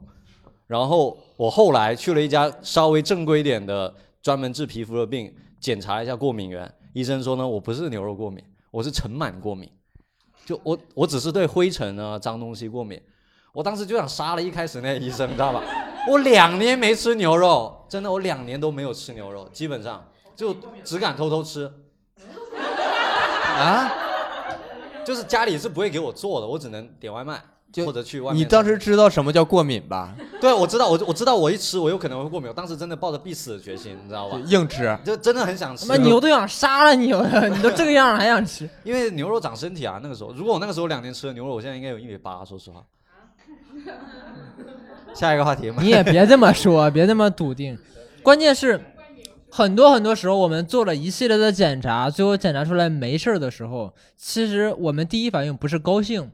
然后我后来去了一家稍微正规一点的专门治皮肤的病，检查一下过敏源，医生说呢，我不是牛肉过敏，我是尘螨过敏，就我我只是对灰尘啊脏东西过敏。我当时就想杀了一开始那个医生，你知道吧？我两年没吃牛肉，真的，我两年都没有吃牛肉，基本上就只敢偷偷吃， 啊，就是家里是不会给我做的，我只能点外卖就或者去外面。你当时知道什么叫过敏吧？对我知道，我我知道我一吃我有可能会过敏，我当时真的抱着必死的决心，你知道吧就？硬吃，就真的很想吃。他妈牛都想杀了 你了，你都这个样了还想吃？因为牛肉长身体啊，那个时候，如果我那个时候两年吃的牛肉，我现在应该有一米八，说实话。下一个话题，你也别这 么说，别这么笃定。关键是，很多很多时候我们做了一系列的检查，最后检查出来没事儿的时候，其实我们第一反应不是高兴，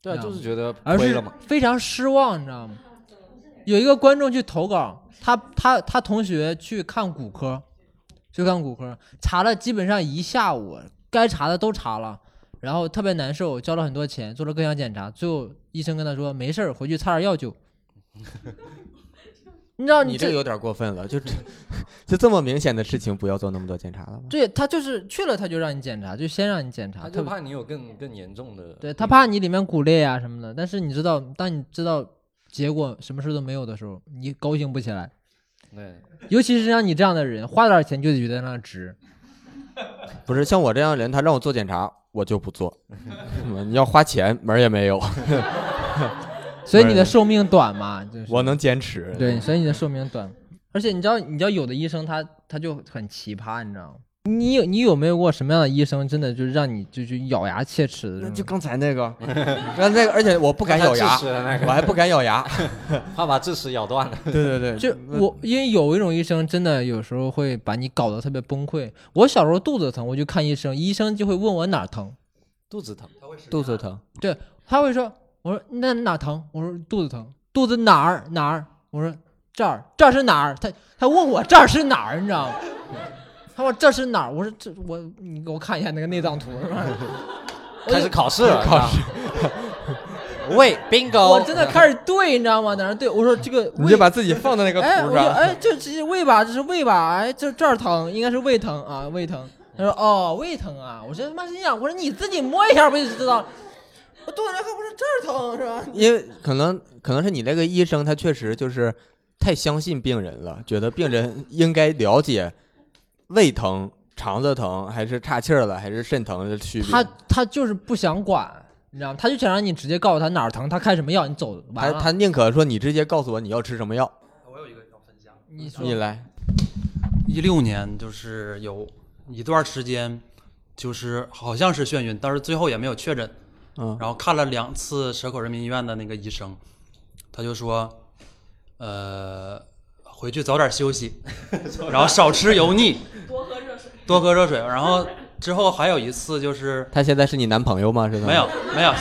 对啊，就是觉得而亏是了嘛。非常失望，你知道吗？有一个观众去投稿，他他他同学去看骨科，去看骨科，查了基本上一下午，该查的都查了，然后特别难受，交了很多钱，做了各项检查，最后医生跟他说没事儿，回去擦点 药就。你知道哦你这这有点过分了，就这 就这么明显的事情，不要做那么多检查了吗？对他就是去了，他就让你检查，就先让你检查，他特就别怕你有更更严重的，嗯对他怕你里面骨裂啊什么的。但是你知道，当你知道结果什么事都没有的时候，你高兴不起来。对，尤其是像你这样的人，花点钱就得觉得那值。不是像我这样的人，他让我做检查，我就不做。你要花钱，门儿也没有，所以你的寿命短嘛，就是我能坚持。嗯对，所以你的寿命短。而且你知道，你知道有的医生他他就很奇葩，你知道吗？你有你有没有过什么样的医生，真的就是让你就就咬牙切齿的这那种？就 刚才那个，刚才 那个，而且我不敢咬怕他牙智齿，的那我还不敢咬 牙。个，怕把智齿咬断了。对对 对，就我，因为有一种医生真的有时候会把你搞得特别崩溃。我小时候肚子疼，我就看医生，医生就会问我哪儿疼，肚子疼，肚子疼，对，他会说，我说那哪儿疼？我说肚子疼，肚子哪儿哪儿？我说这儿这儿是哪儿？他他问我这儿是哪儿，你知道吗？ 他说这是哪儿？我说这我你给我看一下那个内脏图 是吧？我开就始考试了，考试 是吧。喂，bingo！我真的开始对，你知道吗？在那儿对我说这个你胃就把自己放在那个哎，图我说上。哎，这这胃吧，这是胃吧，哎，这这儿疼，应该是胃疼啊，胃疼。他说哦，胃疼啊，我说他妈心想，我说你自己摸一下不就知道了？我肚子疼，我说这儿疼是吧？因为可能可能是你那个医生，他确实就是太相信病人了，觉得病人应该了解胃疼、肠子疼，还是岔气儿了，还是肾疼的区别。他他就是不想管，你知道吗？他就想让你直接告诉他哪儿疼，他开什么药，你走完他了。他宁可说你直接告诉我你要吃什么药，我有一个要分享。你说你来。一六年就是有一段时间，就是好像是眩晕，但是最后也没有确诊。嗯，然后看了两次蛇口人民医院的那个医生，他就说， 呃，回去早点休息，然后少吃油腻，多喝热水。多喝热水。然后之后还有一次就是他现在是你男朋友吗？是他没有没有，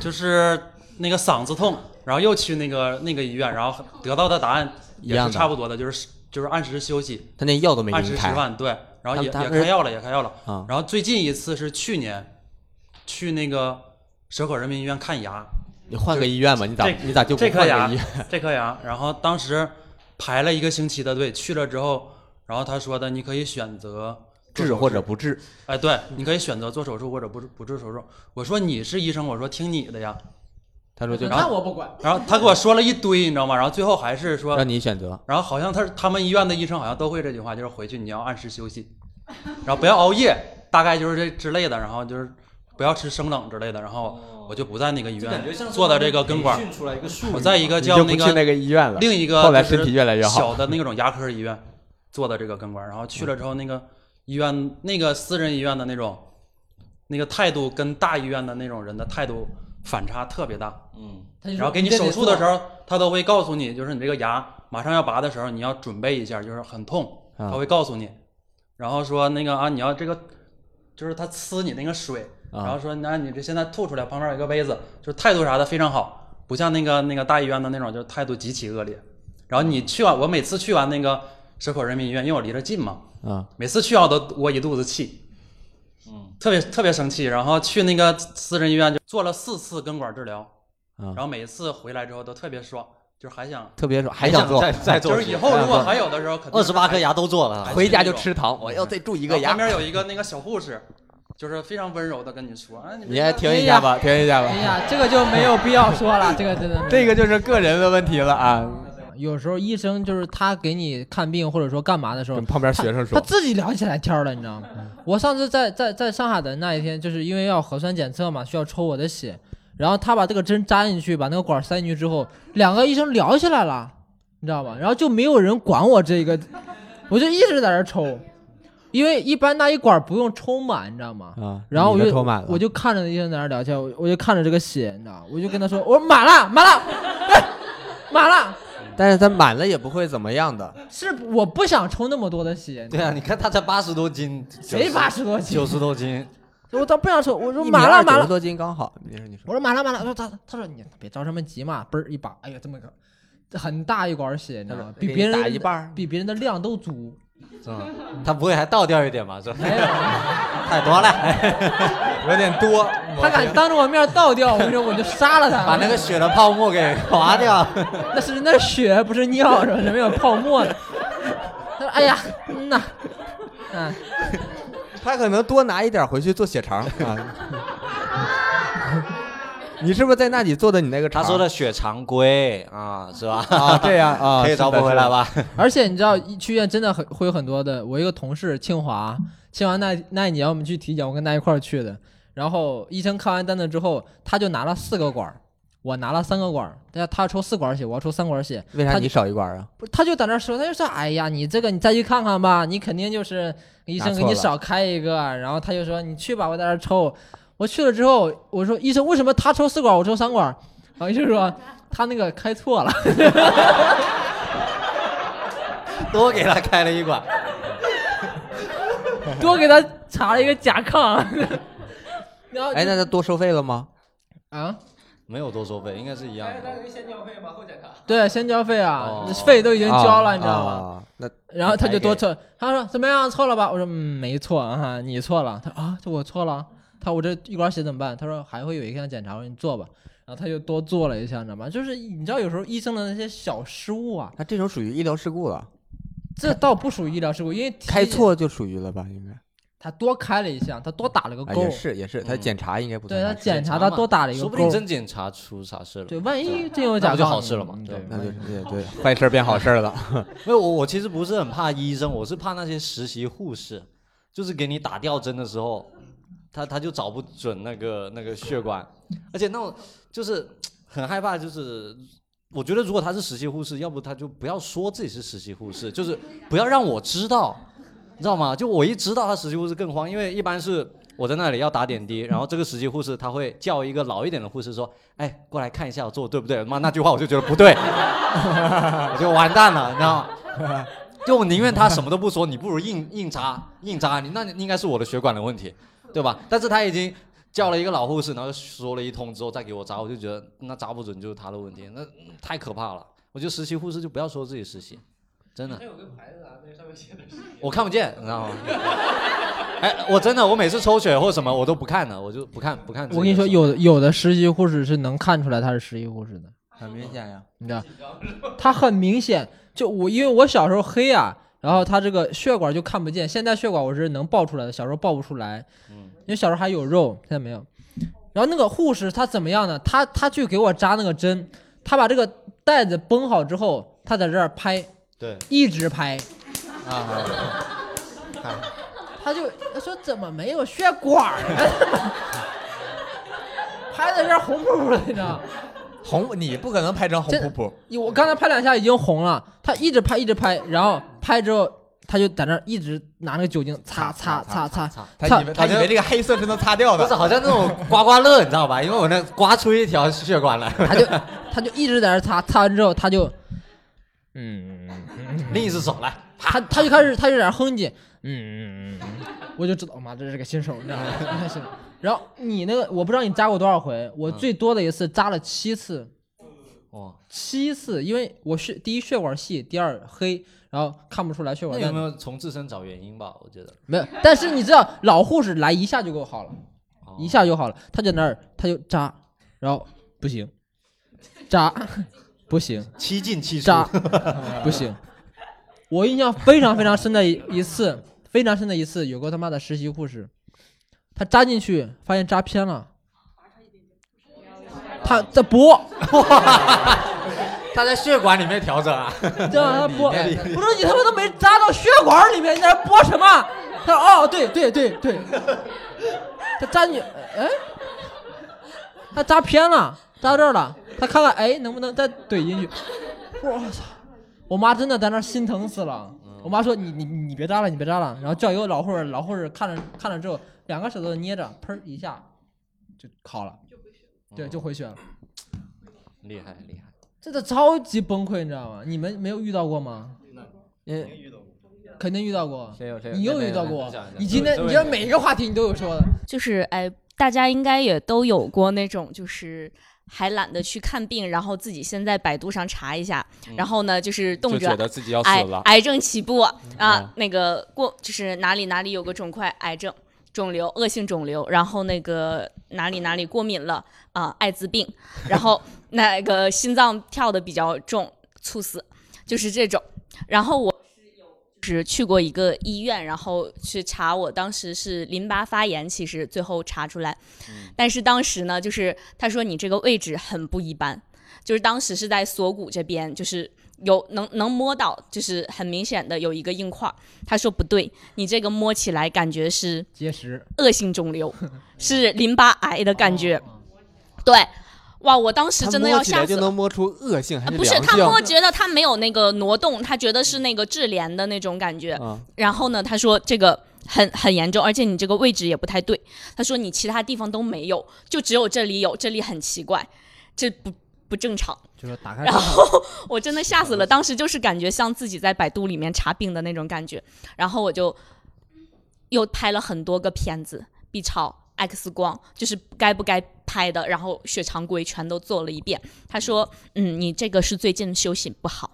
就是那个嗓子痛，然后又去那个那个医院，然后得到的答案一也样是的差不多的，就是就是按时休息，他那药都没按给时你吃开饭，对，然后也他他也开药了，也开药了。啊然后最近一次是去年去那个蛇口人民医院看 牙，你换个医院吧，你咋这你咋就不这啊颗换牙个医院？这颗牙，然后当时排了一个星期的队，去了之后，然后他说的你可以选择做治手或术者不治？哎，对，你可以选择做手术或者不不做手术。我说你是医生，我说听你的呀。他说就然后那我不管，然后他给我说了一堆，你知道吗？然后最后还是说，让你选择。然后好像他他们医院的医生好像都会这句话，就是回去你要按时休息，然后不要熬夜，大概就是这之类的，然后就是不要吃生冷之类的。然后我就不在那个医哦就感觉院像是做的这个根管培，训出来一个术语我在一个你就叫不去个那个医院了。另一个后来就是身体越来越好小的那种牙科医院做的这个根管，然后去了之后，那个医院那个私人医院的那种那个态度跟大医院的那种人的态度反差特别大。嗯，他就说然后给你手术的时，候，他都会告诉你，就是你这个牙马上要拔的时候，你要准备一下，就是很痛，啊他会告诉你。然后说那个啊，你要这个，就是他呲你那个水，啊然后说那你这现在吐出来，旁边有一个杯子，就是态度啥的非常好，不像那个那个大医院的那种，就是态度极其恶劣。然后你去完，我每次去完那个蛇口人民医院，因为我离着近嘛，嗯，每次去我都我一肚子气，嗯，特别特别生气。然后去那个私人医院就做了四次根管治疗，啊然后每一次回来之后都特别爽，就是还想，特别爽，还想做再，再做一就是次，以后如还想果做还有的时候，肯定二十八颗还牙都做了啊，还是回家那就种吃糖，我要再蛀一一个旁牙。边有一个那个小护士，就是非常温柔的跟你说，哎，你你这先个停一下吧，停一下哎吧，呀，这个就没有必要说了，这个真的没有。这个就是个人的问题了啊。有时候医生就是他给你看病或者说干嘛的时候嗯跟，旁边学生他说，自己聊起来天儿了，你知道吗？嗯我上次在在在上海的那一天，就是因为要核酸检测嘛，需要抽我的血，然后他把这个针扎进去，把那个管儿塞进去之后，两个医生聊起来了，你知道吧？然后就没有人管我这个， 我就一直在这儿抽，因为一般那一管儿不用抽满，你知道吗？啊，然后我你的就头满了，我就看着那医生在那儿聊天，我我就看着这个血，你知道吗，我就跟他说，哦我说满了满了， 哎满了，但是他满了也不会怎么样的。是我不想抽那么多的血，对啊，你看他才八十多斤，谁八十多斤？九十多斤，我倒不想抽，我说一米满了二满九了十，多斤刚好，你说你说我说满了满了，他说他他说你别着什么急嘛，嘣儿一把，哎呀这么个很大一管血，你知道吗？给比你别人打一半儿比别人的量都足。是吧？他不会还倒掉一点吧？是吧？没有，太多了，有点多，他敢当着我面倒掉，我跟你说我就杀了他。把那个血的泡沫给划 掉。那是那血不是尿是吧？里面有泡沫的。他说哎呀，嗯呐，嗯，他可能多拿一点回去做血肠啊。 你是不是在那里做的你那个肠？他说的血常规啊，是吧？啊，对呀 啊，可以找补回来吧？而且你知道一去医院真的很会有很多的。我一个同事清华，清华那那一年我们去体检，我跟他一块儿去的。然后医生看完单子之后，他就拿了四个管儿，我拿了三个管儿，但是他抽四管儿血，我要抽三管儿血，是的。为啥他你少一管啊？不是他就在那儿说，他就说，哎呀，你这个你再去看看吧，你肯定就是医生给拿错了你少开一个。啊然后他就说你去吧，我在那儿抽。我去了之后，我说医生为什么他抽四管儿我抽三管儿？然后医生说他那个开错了。多给他开了一管，多给他查了一个甲亢。 然后就哎，那他多收费了吗？啊，没有多收费，应该是一样的。先交费吗？后检查。对，先交费啊，哦啊费都已经交了，你知道吗？吗？啊那然后他就多抽，他说怎么样，错了吧？我说嗯，没错啊，你错了。他说啊，这我错了。他说我这一管血怎么办？他说还会有一项检查，我说你做吧。然后他就多做了一下，你知道吗？就是你知道有时候医生的那些小失误啊，那这种属于医疗事故了，这倒不属于医疗事故，因为体开错就属于了吧？应该他多开了一项，他多打了个啊，勾也儿，是也是，他嗯检查应该不算对他啥事检查他多打了一个说不勾定儿，真检查出啥事了。对，万是一真有那甲不亢就好事了嘛嗯对那万就一也对，坏事儿变好事儿了。没有我，我其实不是很怕医生，我是怕那些实习护士，就是给你打吊针的时候，他他就找不准那个那个血管，而且那种就是很害怕，就是我觉得如果他是实习护士，要不他就不要说自己是实习护士，就是不要让我知道，你知道吗？就我一知道他实习护士更慌，因为一般是。我在那里要打点滴，然后这个实习护士他会叫一个老一点的护士说：“哎，过来看一下 我做的对不对？”妈，那句话我就觉得不对，我就完蛋了，你知道吗？ 就我宁愿他什么都不说，你不如硬硬扎硬扎，你那应该是我的血管的问题，对吧？但是他已经叫了一个老护士，然后说了一通之后再给我扎，我就觉得那扎不准就是他的问题，那嗯太可怕了。我觉得实习护士就不要说自己实习，真的。我看不见，你知道吗？哎，我真的，我每次抽血或什么我都不看的，我就不看不看这个。我跟你说，有的有的实习护士是能看出来他是实习护士的，很明显呀。你知道，他很明显。就我因为我小时候黑啊，然后他这个血管就看不见，现在血管我是能爆出来的，小时候爆不出来，嗯因为小时候还有肉，现在没有。然后那个护士她怎么样呢？她她去给我扎那个针，她把这个带子绷好之后，她在这儿拍，对一直拍，啊，他就他说怎么没有血管儿啊？ 拍的这儿红扑扑的，你知道吗？红，你不可能拍成红这扑扑。我刚才拍两下已经红了，他一直拍一直拍，然后拍之后他就在那儿一直拿那个酒精擦擦擦擦擦擦，他以为他他以为这个黑色是能擦 掉不是的。好像那种刮刮乐，你知道吧？因为我那刮出一条血管 来，他就他就一直在那儿擦，擦完之后他就另一只手来。他他就开始他就在那儿哼唧，嗯嗯嗯嗯，我就知道妈这是个新手，你知道吗？ 太新手然后你那个我不知道你扎过多少回，我最多的一次扎了七次。哦，七次，因为我是第一血管细，第二黑，然后看不出来血那管有但没有从自身找原因吧？我觉得没有，但是你知道老护士来一下就给我好了，哦一下就好了，他就在那儿他就扎，然后不行，扎不行，七进七出扎 不行。我印象非常非常深的一一次，非常深的一次，有个他妈的实习护士，他扎进去发现扎偏了，他在拨。他在血管里面调整啊。 对啊，他播，我说你他妈都没扎到血管里面，你在这播什么？他说哦，对对对对，他扎你，哎，他扎偏了，扎这儿了，他看看哎能不能再怼进去。我操！我妈真的在那儿心疼死了。嗯我妈说你你你别扎了，你别扎了。然后叫一个老护士，老护士看了看了之后，两个手都捏着，砰一下就好了，对，就回血了。嗯厉害厉害，这都超级崩溃，你知道吗？你们没有遇到过吗？嗯，肯定遇到过。谁有谁有你又遇到来过讲一下？你今天这位你这每一个话题你都有说的，就是哎，大家应该也都有过那种，就是还懒得去看病，然后自己先在百度上查一下，然后呢，就是嗯动就辄觉得自己要死癌了，嗯癌症起步啊，嗯那个过就是哪里哪里有个肿块，癌症、肿瘤、恶性肿瘤，然后那个哪里哪里过敏了啊、艾滋病，然后那个心脏跳的比较重，猝死，就是这种。然后我是有就是去过一个医院，然后去查，我当时是淋巴发炎，其实最后查出来，但是当时呢，就是他说你这个位置很不一般，就是当时是在锁骨这边，就是有能能摸到，就是很明显的有一个硬块儿。他说不对，你这个摸起来感觉是结石。恶性肿 瘤，是淋巴癌的感觉。对，哇，我当时他真的哦摸要起来吓死就了。能摸出恶性还呃是不是良他性？啊摸觉得他没有那个挪动，他觉得是那个智联的那种感觉。啊，然后呢，他说这个很很严重，而且你这个位置也不太对。他说你其他地方都没有，就只有这里有，这里很奇怪，这不不正常。就是打开然后 我真的吓死了，当时就是感觉像自己在百度里面查病的那种感觉。然后我就又拍了很多个片子，B 超、X 光，就是该不该拍的，然后血常规全都做了一遍。他说：“嗯，你这个是最近休息不好。”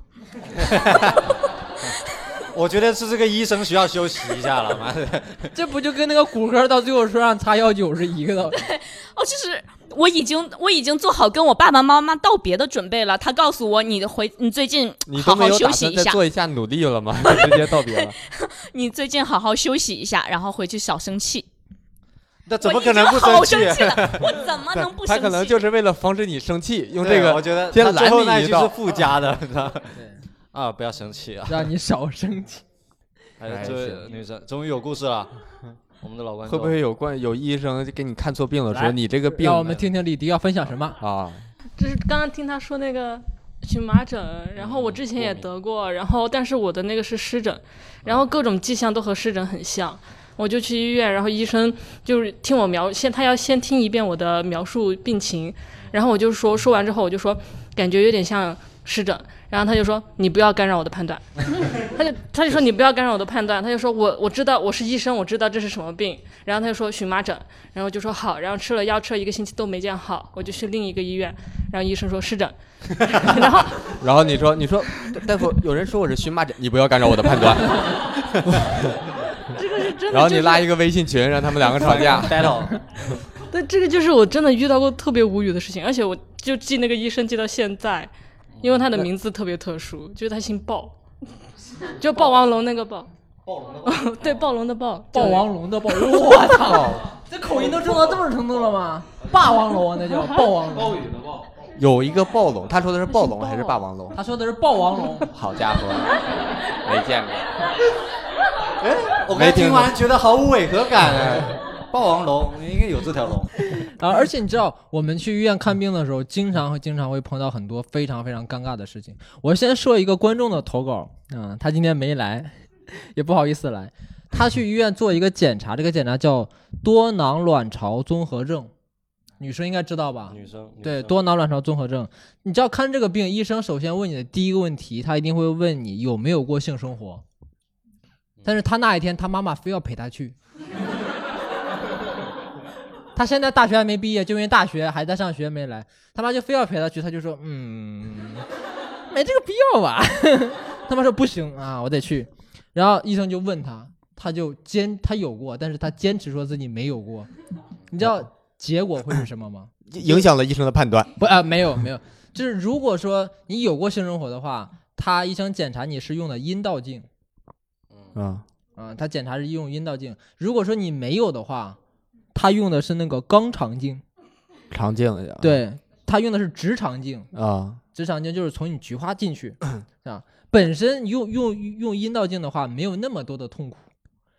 我觉得是这个医生需要休息一下了， 妈的， 这不就跟那个骨科到最后说让擦幺九是一个 道理？哦，就是我已经我已经做好跟我爸爸妈妈道别的准备了。他告诉我，你回你最近你好都没好有休打息算一再下，做一下努力了吗？ 直接道别了。你最近好好休息一下，然后回去少生气。那怎么我已可能经不好生啊气了？我怎么能 不生他气？可能就是为了防止你生气，用对啊这个我觉得先他拦最后你那一句道是附加 的，你知道吗？啊，不要生气啊！让你少生气。还有哎这位是女生终于有故事 了，我们的老观会众不会有关有医生就给你看错病了，说来你这个病 让我们听听李迪要分享什么？啊？就是刚刚听他说那个荨麻疹，然后我之前也得过，然后但是我的那个是湿疹，然后各种迹象都和湿疹很像。我就去医院，然后医生就是听我描，先他要先听一遍我的描述病情，然后我就说说完之后，我就说感觉有点像湿疹，然后他就说你不要干扰我的判断， 他就他就说你不要干扰我的判断，他就说我我知道我是医生，我知道这是什么病，然后他就说荨麻疹，然后我就说好，然后吃了药吃了一个星期都没见好，我就去另一个医院，然后医生说湿疹，然后你说你说大夫，有人说我是荨麻疹，你不要干扰我的判断。 这个是真的，然后就你是拉一个微信群，让他们两个吵 架 battle。但这个就是我真的遇到过特别无语的事情，而且我就记那个医生记到现哦在，因为他的名字特别特殊，就是他姓鲍，就鲍王龙那个鲍。 暴龙的暴，对暴龙的暴，霸王龙的霸， 哦我操！这口音都重到这种程度了吗？霸王龙啊那 叫霸王龙，有一个暴龙，他说的是暴龙还是霸王龙？他说的是霸王 龙，好家伙，没见过。我没刚听听过完觉得毫无违和感哎。霸王龙应该有这 条龙，啊，而且你知道，我们去医院看病的时候，经常会经常会碰到很多非常非常尴尬的事情。我先说一个观众的投稿，嗯，他今天没来， 也不好意思来。他去医院做一个检查，这个检查叫多囊卵巢综合症，女生应该知道吧？女生对，多囊卵巢综合症，你知道看这个病，医生首先问你的第一个问题，他一定会问你有没有过性生活。但是他那一天，他妈妈非要陪他去。他现在大学还没毕业，就因为大学还在上学没来，他妈就非要陪他去，他就说嗯，没这个必要吧。 他妈说不行啊，我得去。然后医生就问他，他就坚他有过，但是他坚持说自己没有过。你知道结果会是什么吗？影响了医生的判断。 不啊、没有没有，就是如果说你有过性生活的话，他医生检查你是用的阴道镜，嗯，啊、他检查是用阴道镜。如果说你没有的话，他用的是那个肛肠镜，肠镜呀。对他用的是直肠镜，啊，直肠镜就是从你菊花进去啊。本身用用用阴道镜的话，没有那么多的痛苦，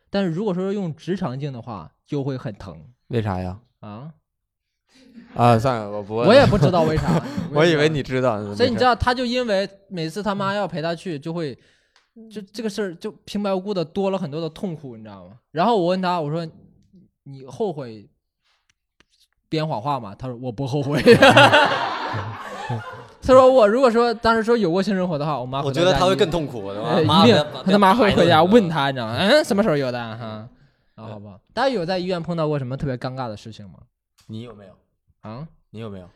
但是如果说用直肠镜的话，就会很疼为啥呀？啊。啊，算了，我不问了。，我也不知道为啥 我以为你知道。所以你知道，他就因为每次他妈要陪他去，就会就这个事儿就平白无故的多了很多的痛苦，你知道吗？然后我问他，我说你后悔编谎话吗？他说我不后悔。 他说我如果说当时说有过性生活的话，我妈我回到觉得家他会一更痛苦，对吧呃妈一定把他他妈会回家把问他，你知道吗？嗯，什么时候有的哈？啊，好吧。大家有在医院碰到过什么特别尴尬的事情吗？你有没有？啊？你有没有？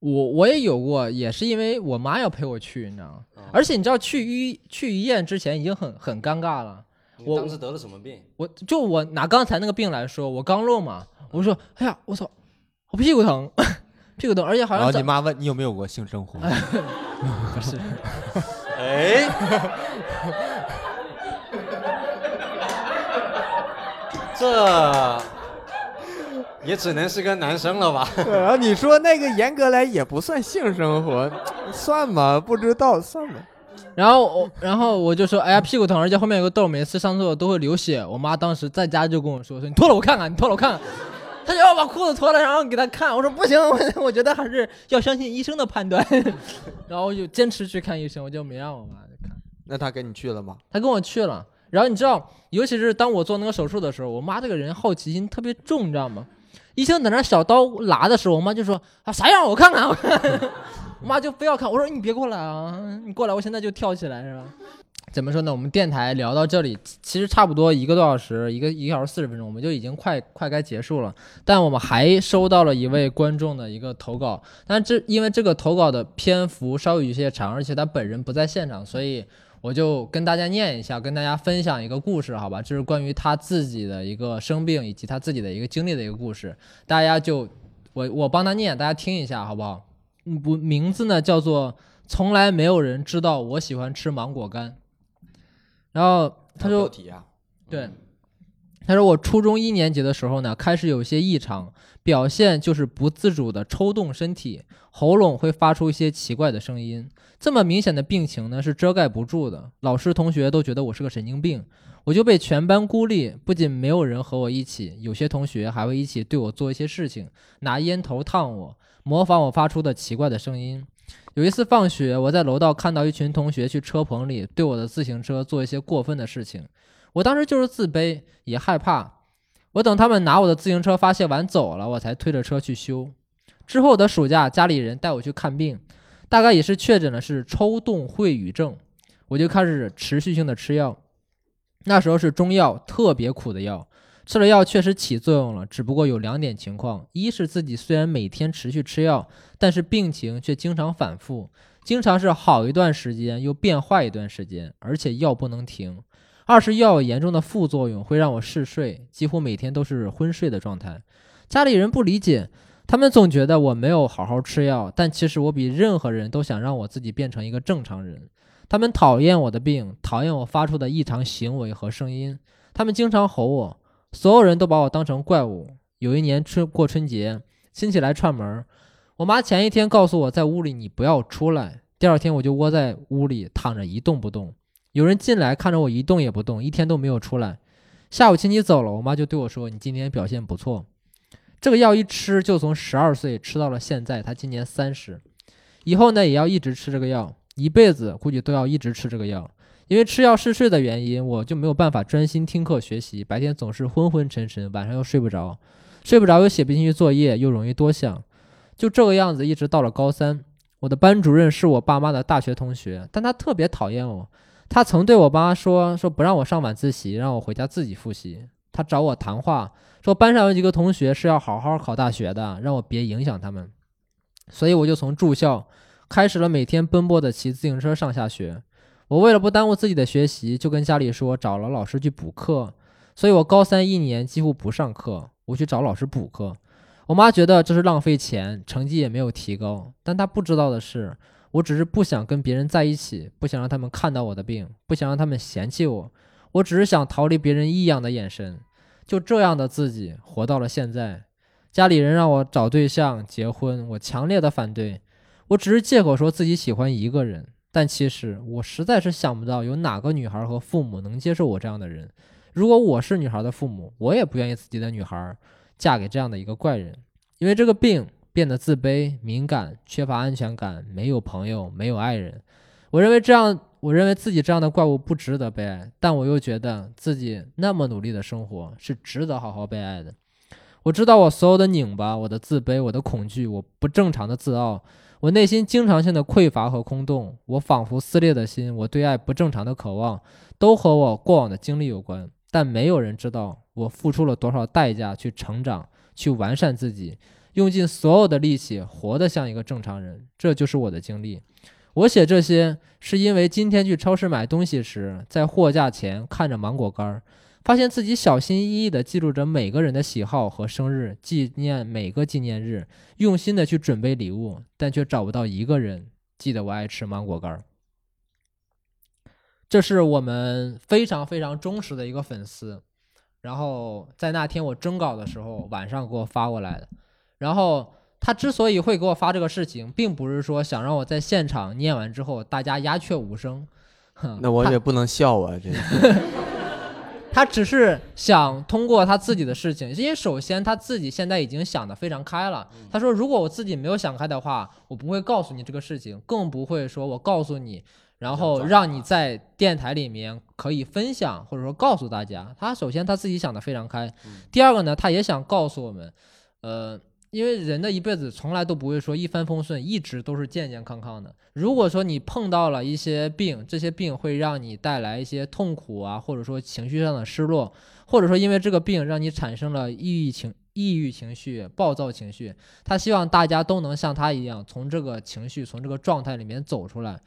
我我也有过，也是因为我妈要陪我去，你知道吗？而且你知道去医去医院之前已经很很尴尬了。你我当时得了什么病？我就我拿刚才那个病来说，我刚落嘛，我说哎呀，我操，我屁股疼， 屁股疼，而且好然像后你长妈问你有没有过性生 活，哦不是，哎， 这也只能是个男生了吧？对然后你说那个严格来也不算性生活， 算吗？不知道算吗？ 然后我然后我就说哎呀屁股疼，而且后面有个痘，每次上厕所都会流血。我妈当时在家就跟我说说你脱了我看看，你脱了我看看。她就要把裤子脱了，然后给她看。我说不行，我我觉得还是要相信医生的判断。 然后我就坚持去看医生，我就没让我妈去看。那他跟你去了吗？他跟我去了。然后你知道，尤其是当我做那个手术的时候，我妈这个人好奇心特别重，你知道吗？医生在那小刀拉的时候，我妈就说：“啊，啥样？我看看。我 看看”我妈就非要看。我说：“你别过来啊！你过来，我现在就跳起来，是吧？”怎么说呢？我们电台聊到这里，其其实差不多一个多小时，一个一个小时四十分钟，我们就已经快快该结束了。但我们还收到了一位观众的一个投稿，但这因为这个投稿的篇幅稍微有些长，而且他本人不在现场，所以我就跟大家念一下，跟大家分享一个故事，好吧？这是关于他自己的一个生病以及他自己的一个经历的一个故事，大家就我我帮他念，大家听一下，好不好？嗯，不，名字呢叫做“从来没有人知道我喜欢吃芒果干”，然后他说标题啊，对，他说我初中一年级的时候呢，开始有些异常，表现就是不自主的抽动身体，喉咙会发出一些奇怪的声音。这么明显的病情呢，是遮盖不住的，老师同学都觉得我是个神经病，我就被全班孤立。不仅没有人和我一起，有些同学还会一起对我做一些事情，拿烟头烫我，模仿我发出的奇怪的声音。有一次放学，我在楼道看到一群同学去车棚里对我的自行车做一些过分的事情，我当时就是自卑，也害怕。我等他们拿我的自行车发泄完走了，我才推着车去修。之后的暑假，家里人带我去看病，大概也是确诊了是抽动秽语症，我就开始持续性的吃药。那时候是中药，特别苦的药，吃了药确实起作用了，只不过有两点情况：一是自己虽然每天持续吃药，但是病情却经常反复，经常是好一段时间又变坏一段时间，而且药不能停；二是药有严重的副作用，会让我嗜睡，几乎每天都是昏睡的状态。家里人不理解，他们总觉得我没有好好吃药，但其实我比任何人都想让我自己变成一个正常人。他们讨厌我的病，讨厌我发出的异常行为和声音。他们经常吼我，所有人都把我当成怪物。有一年春过春节，亲戚来串门儿，我妈前一天告诉我在屋里你不要出来，第二天我就窝在屋里躺着一动不动。有人进来看着我一动也不动，一天都没有出来。下午亲戚走了，我妈就对我说：“你今天表现不错。”这个药一吃就从十二岁吃到了现在，她今年三十，以后呢也要一直吃这个药。一辈子估计都要一直吃这个药，因为吃药嗜睡的原因，我就没有办法专心听课学习，白天总是昏昏沉沉，晚上又睡不着，睡不着又写不进去作业，又容易多想，就这个样子一直到了高三。我的班主任是我爸妈的大学同学，但他特别讨厌我，他曾对我妈说说不让我上晚自习，让我回家自己复习。他找我谈话，说班上有几个同学是要好好考大学的，让我别影响他们，所以我就从住校开始了每天奔波的骑自行车上下学。我为了不耽误自己的学习，就跟家里说找了老师去补课，所以我高三一年几乎不上课，我去找老师补课。我妈觉得这是浪费钱，成绩也没有提高。但她不知道的是，我只是不想跟别人在一起，不想让他们看到我的病，不想让他们嫌弃我，我只是想逃离别人异样的眼神。就这样的自己活到了现在。家里人让我找对象、结婚，我强烈的反对。我只是借口说自己喜欢一个人，但其实我实在是想不到有哪个女孩和父母能接受我这样的人。如果我是女孩的父母，我也不愿意自己的女孩嫁给这样的一个怪人，因为这个病变得自卑、敏感、缺乏安全感，没有朋友，没有爱人。我认为这样，我认为自己这样的怪物不值得被爱，但我又觉得自己那么努力的生活是值得好好被爱的。我知道我所有的拧巴、我的自卑、我的恐惧、我不正常的自傲，我内心经常性的匮乏和空洞，我仿佛撕裂的心，我对爱不正常的渴望，都和我过往的经历有关。但没有人知道我付出了多少代价去成长，去完善自己，用尽所有的力气活得像一个正常人。这就是我的经历。我写这些是因为今天去超市买东西时，在货架前看着芒果干儿，发现自己小心翼翼地记录着每个人的喜好和生日，纪念每个纪念日，用心的去准备礼物，但却找不到一个人记得我爱吃芒果干儿。这是我们非常非常忠实的一个粉丝，然后在那天我征稿的时候，晚上给我发过来的。然后他之所以会给我发这个事情，并不是说想让我在现场念完之后大家鸦雀无声， 哼那我他也不能笑 啊，这他只是想通过他自己的事情，因为首先他自己现在已经想得非常开了。他说，如果我自己没有想开的话，我不会告诉你这个事情，更不会说我告诉你，然后让你在电台里面可以分享，或者说告诉大家。他首先他自己想得非常开，第二个呢，他也想告诉我们，呃。因为人的一辈子从来都不会说一帆风顺，一直都是健健康康的。如果说你碰到了一些病，这些病会让你带来一些痛苦啊，或者说情绪上的失落，或者说因为这个病让你产生了抑郁情、抑郁情绪、暴躁情绪，他希望大家都能像他一样，从这个情绪、从这个状态里面走出来。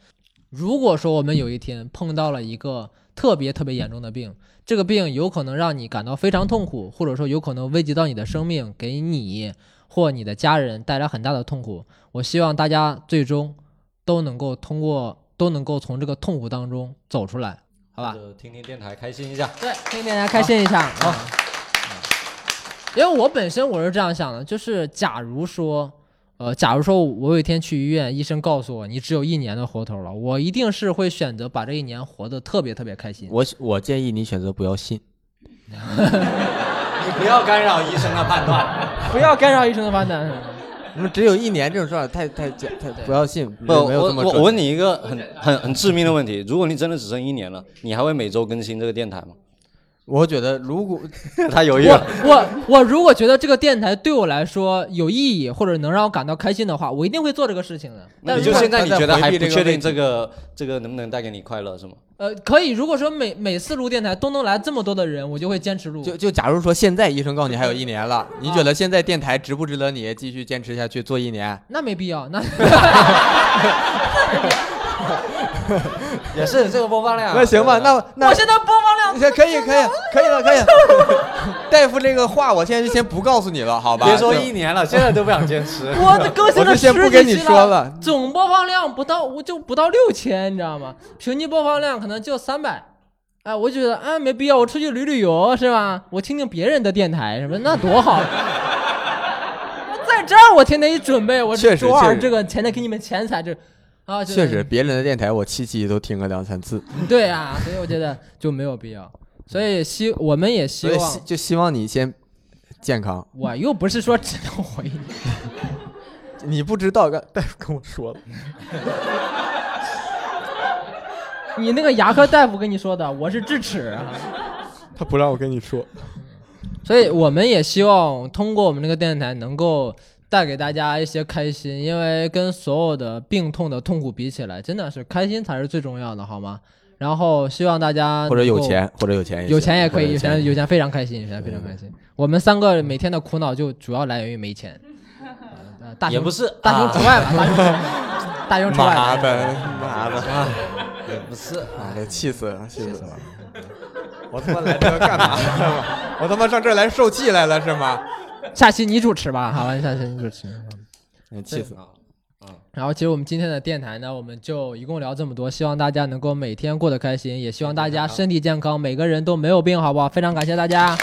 如果说我们有一天碰到了一个特别特别严重的病，这个病有可能让你感到非常痛苦，或者说有可能危及到你的生命，给你或你的家人带来很大的痛苦。我希望大家最终都能够通过，都能够从这个痛苦当中走出来，好吧？就听听电台，开心一下。对，听大家开心一下。好、因为我本身我是这样想的，就是假如说，呃，假如说我有一天去医院，医生告诉我你只有一年的活头了，我一定是会选择把这一年活得特别特别开心。我我建议你选择不要信。你不要干扰医生的判断。不要干扰医生的判断。你们只有一年这种说法太太假太不要信，不，没有没有我这么我我准问你一个 很很很致命的问题：如果你真的只剩一年了，你还会每周更新这个电台吗？我觉得如果他犹豫我了，我我如果觉得这个电台对我来说有意义，或者能让我感到开心的话，我一定会做这个事情的。那但你如就果现在你觉得还不确定这这个这个能不能带给你快乐是吗？呃，可以，如果说每每次录电台都能来这么多的人，我就会坚持录。就就假如说现在医生告诉你还有一年了，啊你觉得现在电台值不值得你继续坚持下去做一年？那没必要， 那也是这个播放量那行吧，那那我现在播放量行可以可以可以了可以了。 大夫这个话我现在就先不告诉你了，好吧？别说就一年了，现在都不想坚持。 我更新我了就先不十跟几你期说了总播放量不到，我就不到六千，你知道吗？平均播放量可能就三百。哎，我就觉得啊，没必要，我出去旅旅游是吧？我听听别人的电台什么，那 多好。我在这儿，我天天一准备，我确实昨确晚实这个前天给你们钱财这，啊，就确实，别人的电台我七期都听了两三次，对啊，所以我觉得就没有必要。所以希我们也希所以望希，就希望你先健康。我又不是说只能回你。你不知道，刚大夫跟我说了， 你那个牙科大夫跟你说的，我是智齿啊。他不让我跟你说。所以我们也希望通过我们这个电台能够带给大家一些开心，因为跟所有的病痛的痛苦比起来，真的是开心才是最重要的，好吗？然后希望大家或者能有够，钱，或者有钱，有钱也可以，或者有有钱钱有钱非常开心，有钱非常开心。我们三个每天的苦恼就主要来源于没钱，呃、大也熊不是大熊啊除外吧，大熊除外大熊除外麻 吧。烦麻烦，也 不是，妈的，啊气死了，哎气死了！我他妈来这儿干嘛 来了？我他妈上这儿来受气来了是吗？下期你主持吧，好吧，下期你主持。嗯，气死了！然后，其实我们今天的电台呢，我们就一共聊这么多，希望大家能够每天过得开心，也希望大家身体健康，每个人都没有病，好不好？非常感谢大家。